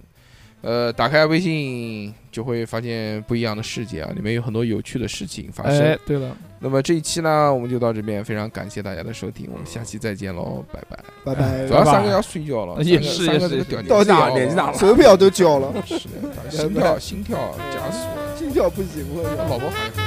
呃，打开微信就会发现不一样的世界啊，里面有很多有趣的事情发生。
哎，对了，
那么这一期呢，我们就到这边，非常感谢大家的收听，我们下期再见喽，拜拜。
拜拜
哎主，要三个要睡觉了，
也是
三个
也是
这个
也是
屌
到
大 年纪大
手表都交了，
是心跳心跳加速了，
心跳不行了。
老婆喊。